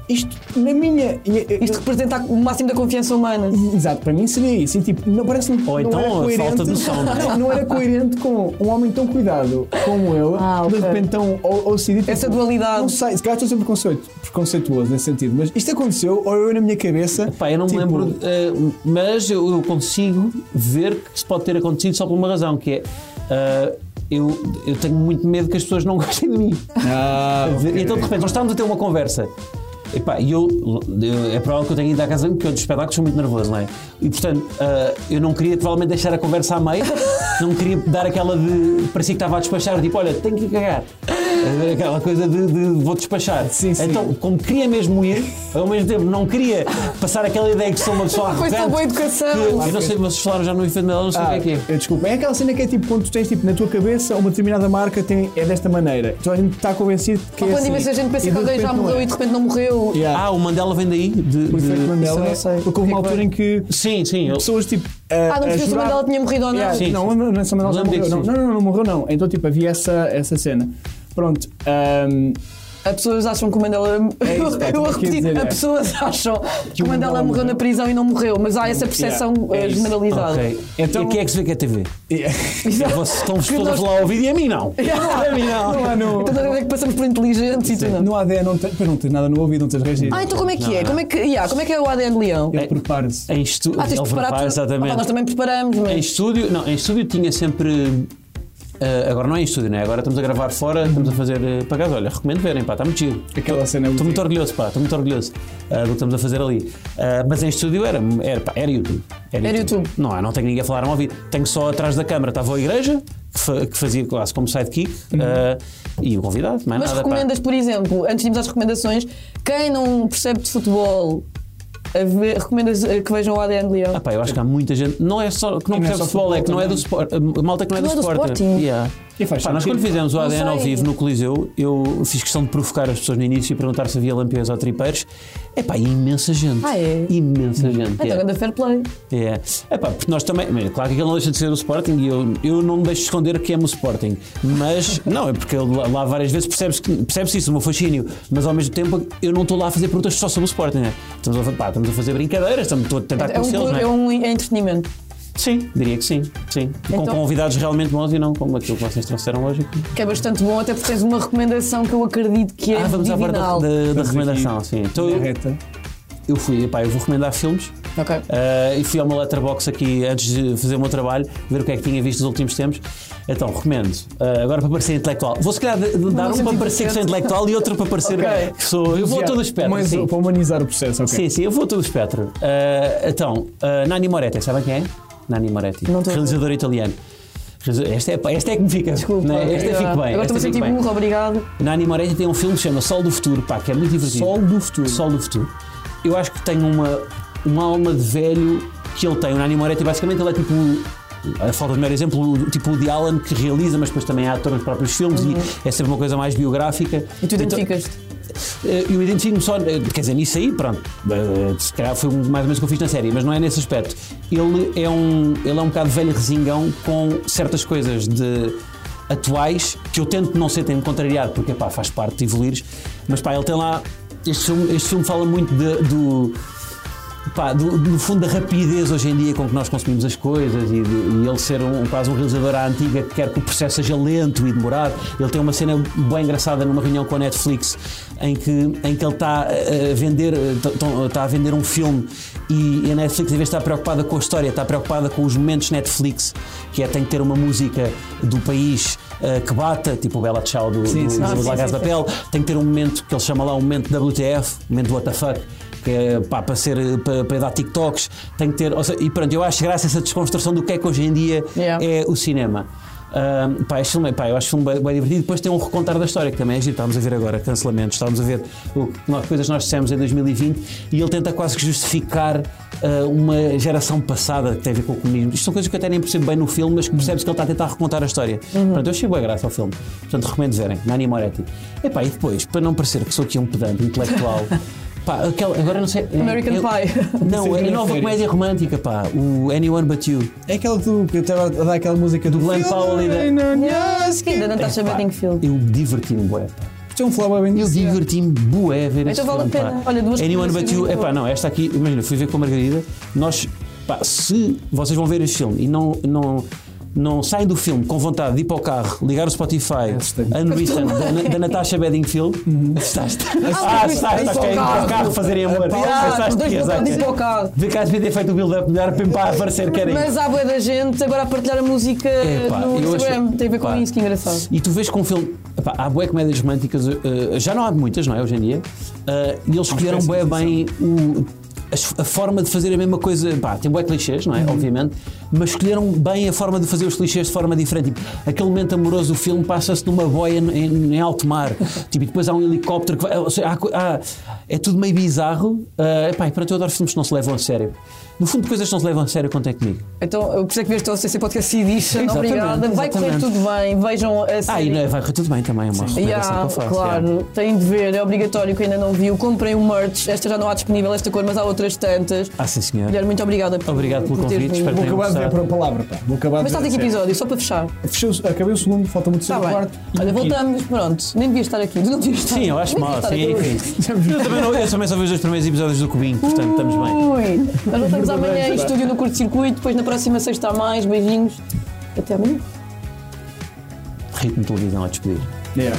S1: isto na minha.
S2: Isto representa o máximo da confiança humana.
S1: Exato, para mim seria isso. E tipo, não parece Ou não
S3: então
S1: era
S3: a
S1: coerente,
S3: falta de noção, não
S1: não,
S3: é?
S1: não era coerente com um homem tão cuidado como ele,
S2: Ah, ok.
S1: de repente tão ou, ou se
S2: Essa dualidade.
S1: Não sei, se calhar estou sempre preconceito, preconceituoso nesse sentido, mas isto aconteceu ou eu na minha cabeça.
S3: Pá, eu não
S1: tipo,
S3: me lembro, eh, mas eu, eu consigo ver que isso pode ter acontecido só por uma razão, que é ah, eu, eu tenho muito medo que as pessoas não gostem de mim.
S1: Ah,
S3: E então, de repente, nós estávamos a ter uma conversa. E pá, e eu, eu- é provável que eu tenha ido à casa porque eu dos espetáculos sou muito nervoso, não é? E portanto, ah, eu não queria provavelmente deixar a conversa à meia, não queria dar aquela de. parecia que estava a despachar, tipo, olha, tenho que ir cagar. Ah, Aquela coisa de, de vou despachar.
S1: Sim, sim.
S3: Então, como queria mesmo ir, ao mesmo tempo não queria passar aquela ideia que sou uma pessoa
S2: É Uma coisa
S3: arrogante.
S2: boa educação.
S3: que- eu não sei, vocês falaram já no evento dela, não sei
S1: Ah,
S3: o que é que é.
S1: eu desculpa. É aquela cena que é tipo quando tu tens tipo, na tua cabeça uma determinada marca tem, é desta maneira. Então a gente está convencido que
S2: Ou
S1: é
S2: quando
S1: assim.
S2: imensa gente pensa
S1: E
S2: que
S1: de
S2: alguém já
S1: repente não
S2: morreu
S1: é.
S2: e de repente não morreu.
S1: Yeah.
S3: Ah, o Mandela vem daí? De,
S1: O
S3: de-
S1: efeito
S2: Isso eu
S1: Mandela,
S2: não sei.
S1: porque houve uma
S2: O que é que
S1: altura em que
S3: Sim, sim. eu-
S1: pessoas tipo.
S2: Ah, não percebi se o Mandela tinha morrido ou não.
S1: Yeah,
S3: Sim,
S1: não,
S3: sim.
S1: não, é Nelson Mandela já
S3: Lembro
S1: morreu.
S3: disso,
S1: Não,
S3: sim.
S1: não, não, não morreu, não. Então, tipo, havia essa, essa cena. Pronto. ahm,
S2: As pessoas acham que o Mandela.
S1: É isso, pá,
S2: eu
S1: tinha
S2: a
S1: que
S2: repetir,
S1: dizer, é.
S2: as pessoas acham que o Mandela morreu na prisão e não morreu, mas há essa percepção
S1: Yeah, é
S2: eh,
S1: isso.
S2: generalizada.
S3: Ok. Então, e quem é que se vê que é TV?
S2: Exato.
S3: Vocês estão-vos
S2: Que nós-
S3: todas lá a ouvir e a mim não.
S2: Yeah.
S3: A mim não.
S1: não há no.
S2: Então, é que passamos por inteligentes e tudo. não.
S1: No ADN, não tem, depois não tens nada no ouvido, não tens regido.
S2: Ah, então como é que é? Como é que, yeah, como é que é o ADN de Leão?
S1: Ele prepara-se.
S3: Em estúdio.
S2: Ah, tens de preparar tudo. Ah, pá, nós
S3: Exatamente.
S2: também preparamos,
S3: Em
S2: mas.
S3: estúdio, não, em estúdio tinha sempre. eh, agora não é em estúdio, né? Agora estamos a gravar fora, estamos a fazer eh, para casa. Olha, recomendo verem, pá, está muito giro.
S1: Aquela cena é
S3: Estou muito
S1: muito-
S3: orgulhoso, pá, estou muito orgulhoso eh, do que estamos a fazer ali. Eh, mas em estúdio era, era, pá, era YouTube.
S2: Era YouTube.
S3: Não, eu não tenho ninguém a falar ao ouvido. Tenho só atrás da câmara, estava a igreja, que, fa- que fazia quase como sidekick, eh, e o convidado, mais
S2: Uhum. Mas
S3: nada. pá.
S2: recomendas, por exemplo, antes de irmos às recomendações, quem não percebe de futebol, a ver- recomendas eh, que vejam o ADN de Leão?
S3: Ah pá, eu acho que há muita gente. Não é só que não
S1: E não é
S3: percebe
S1: só
S3: futebol, é que não é do
S1: futebol
S3: Sport. A malta que não é do
S2: Não é do
S3: Sport.
S2: Sporting.
S3: Yeah.
S1: E faz
S3: Pá, nós
S1: sentido.
S3: quando fizemos o
S2: Não
S3: ADN ao
S2: sei.
S3: vivo no Coliseu, eu fiz questão de provocar as pessoas no início e perguntar se havia lampiões ou tripeiros. É pá, imensa gente.
S2: Ah, é?
S3: Imensa gente.
S2: Então,
S3: yeah.
S2: anda fair play.
S3: É. Epá, porque nós também. bem, Claro que aquilo não deixa de ser o Sporting e eu, eu não me deixo esconder que amo o Sporting. Mas. Não, é porque eu lá, lá várias vezes percebes que- percebe-se isso, o meu fascínio. Mas ao mesmo tempo eu não estou lá a fazer perguntas só sobre o Sporting, né? Estamos a, fa- pá, estamos a fazer brincadeiras, estamos estou a tentar
S2: É um,
S3: conhecê-los, não é?
S2: é um é entretenimento.
S3: Sim, diria que sim. sim. E Com
S2: Então-
S3: convidados realmente bons e não como aquilo que vocês trouxeram hoje. aqui.
S2: que é bastante bom, até porque tens uma recomendação que eu acredito que é
S3: ah, vamos à parte da,
S2: divinal.
S3: da- da
S1: Estamos
S3: recomendação,
S1: aqui,
S3: sim. Então
S1: na
S3: eu,
S1: reta.
S3: eu fui, epá, eu vou recomendar filmes.
S2: Ok.
S3: Ah, e fui ao meu letterbox aqui antes de fazer o meu trabalho, ver o que é que tinha visto nos últimos tempos. Então, recomendo. Ah, agora para parecer intelectual. Vou se calhar de- de dar um
S2: senti
S3: para parecer que sou
S2: diferente.
S3: intelectual e outro para parecer
S2: Ok.
S3: que sou. Eu vou a todo o espectro.
S1: Mas,
S3: sim.
S1: Para humanizar o processo, ok.
S3: sim, sim, eu vou a todo o espectro. Ah, então, ah, Nani Moretti, sabem quem é? Nani Moretti,
S2: Não estou a ver.
S3: realizador italiano. Realiza- Esta é, esta é que me fica.
S2: Desculpa.
S3: não é? Esta
S2: Ah,
S3: fica bem.
S2: Agora
S3: esta
S2: estou a
S3: fica
S2: sentir
S3: bem.
S2: burro, obrigado.
S3: Nani Moretti tem um filme que se chama Sol do Futuro, pá, que é muito divertido.
S1: Sol do futuro.
S3: Sol do Futuro. Eu acho que tem uma, uma alma de velho que ele tem. O Nani Moretti, basicamente, ele é tipo. A falta de melhor exemplo, o- tipo o de Alan, que realiza, mas depois também é ator nos próprios filmes e é sempre uma coisa mais biográfica.
S2: Uhum. E tu
S3: Então,
S2: identificas-te.
S3: eh, Eu identifico-me só, eh, quer dizer, nisso aí, pronto, eh, se calhar foi mais ou menos o que eu fiz na série, mas não é nesse aspecto. Ele é um, ele é um bocado velho resingão com certas coisas de atuais que eu tento não ser, tento contrariar, porque pá, faz parte de evoluires, mas pá, ele tem lá. Este filme, este filme fala muito de- do, Pá, do- no fundo, da rapidez hoje em dia com que nós consumimos as coisas e, de- e ele ser um, quase um realizador à antiga que quer que o processo seja lento e demorado. Ele tem uma cena bem engraçada numa reunião com a Netflix em que, em que ele está eh, a, vender, eh, t- tão- está a vender um filme e, e a Netflix, em vez de estar preocupada com a história, está preocupada com os momentos Netflix, que é tem que ter uma música do país eh, que bata, tipo o Bela Tchau do,
S1: Sim,
S3: do,
S1: sim,
S3: do
S1: sim.
S3: La
S1: Ah,
S3: Casa de Papel. Tem que ter um momento que ele chama lá um momento WTF, um momento what the fuck, que é pá, para, ser, para, para dar TikToks. Tem que ter. ou seja, e pronto, eu acho graça essa desconstrução do que é que hoje em dia
S2: Yeah.
S3: é o cinema. Ahm, pá, este filme, é- pá, eu acho um bem, bem divertido. Depois tem um recontar da história que também é giro. Estávamos a ver agora cancelamentos, estávamos a ver o, que nós- coisas que nós dissemos em 2020 e ele tenta quase que justificar ah, uma geração passada que tem a ver com o comunismo. Isto são coisas que eu até nem percebo bem no filme, mas que percebes que ele está a tentar recontar a história.
S2: Uhum.
S3: Portanto, eu achei boa graça ao filme. Portanto, recomendo verem. Nani Moretti. E, pá, e depois, para não parecer que sou aqui um pedante intelectual. Pá, aquela, agora não sei. é,
S2: American
S3: eu-
S2: Pie.
S3: Não, é
S1: Sempre
S3: a
S1: na
S3: nova
S1: férias.
S3: comédia romântica, pá. O Anyone But You.
S1: É aquela do que eu estava a dar aquela música do
S3: Glenn Powell e da-
S2: Ainda não estás
S3: Pá,
S2: sabendo Tá em que filme.
S3: Eu diverti-me, bué. pá.
S1: Isto é um flow bem
S3: Eu diverti-me bué a ver este
S2: Então vale a
S3: filme,
S2: pena.
S3: pá.
S2: Olha, duas
S3: Anyone But You,
S2: recomendações
S3: epá,
S2: boas.
S3: não, esta aqui, imagina, fui ver com a Margarida, nós, pá, se vocês vão ver este filme e não, não, não saem do filme com vontade de ir para o carro, ligar o Spotify,
S1: Esta-
S3: Unwritten, da, Na- da Natasha Bedingfield, estás, ah, estás, estás, querem ir para o carro fazerem amor,
S2: Ah, os
S3: pensaste
S2: dois
S3: que és,
S2: voltaram de
S3: ok.
S2: ir para o carro.
S3: Vê que às vezes é feito o build-up melhor para- para aparecer, querem.
S2: Mas há boa da gente agora a partilhar a música
S3: Epá,
S2: no
S3: É, eu
S2: Instagram.
S3: acho-
S2: Tem a ver com
S3: pá.
S2: isso, que engraçado.
S3: E tu vês com um filme. Epá, há bué comédias românticas, eh, já não há muitas, não é? Hoje em dia. Eh, e eles escolheram
S1: espécie
S3: bué
S1: de
S3: bem o- as- a forma de fazer a mesma coisa. Pá, tem bué clichês, não é? Obviamente. Mas escolheram bem a forma de fazer os clichês de forma diferente. Tipo, aquele momento amoroso do filme passa-se numa boia n- em, em alto mar. tipo, e depois há um helicóptero que vai. ou seja, há co- há- é tudo meio bizarro. Eh, epá, e pronto, eu adoro filmes que não se levam a sério. No fundo, coisas que não se levam a sério, contem comigo.
S2: Então, eu percebo que este é o CC Podcast e diz
S3: Exatamente,
S2: obrigada. Vai correr
S3: exatamente.
S2: tudo bem. Vejam a
S3: Ah, e
S2: série.
S3: não- vai correr tudo bem também, é uma recomendação
S2: Yeah,
S3: que eu faço.
S2: claro,
S3: yeah.
S2: têm de ver, é obrigatório que ainda não viu. Comprem o merch, esta já não há disponível, esta cor, mas há outras tantas.
S3: Ah, sim, senhor.
S2: Mulher, muito obrigada por,
S3: Obrigado pelo
S2: por teres
S3: convite,
S2: vindo.
S3: espero
S1: Vou
S3: Tenho
S1: acabar de ver
S3: gostado.
S1: por uma palavra, pá. Vou acabar
S2: Mas
S1: de
S2: está
S1: ver.
S2: aqui episódio, só para fechar.
S1: Fechou, acabei o segundo, falta-me o
S2: Está
S1: terceiro e o
S2: bem.
S1: quarto.
S2: Olha,
S1: E-
S2: voltamos, pronto, nem devia estar aqui. Não devia estar.
S3: Sim, eu acho
S2: Nem
S3: mal,
S2: devia estar
S3: sim,
S2: aqui.
S3: enfim. Eu também, não, eu também só vi os dois primeiros episódios do Cubinho, portanto estamos bem.
S2: Ui, nós voltamos amanhã em estúdio no curto-circuito, depois na próxima sexta há mais. Beijinhos, até amanhã.
S3: Ritmo de televisão a despedir.
S1: Yeah.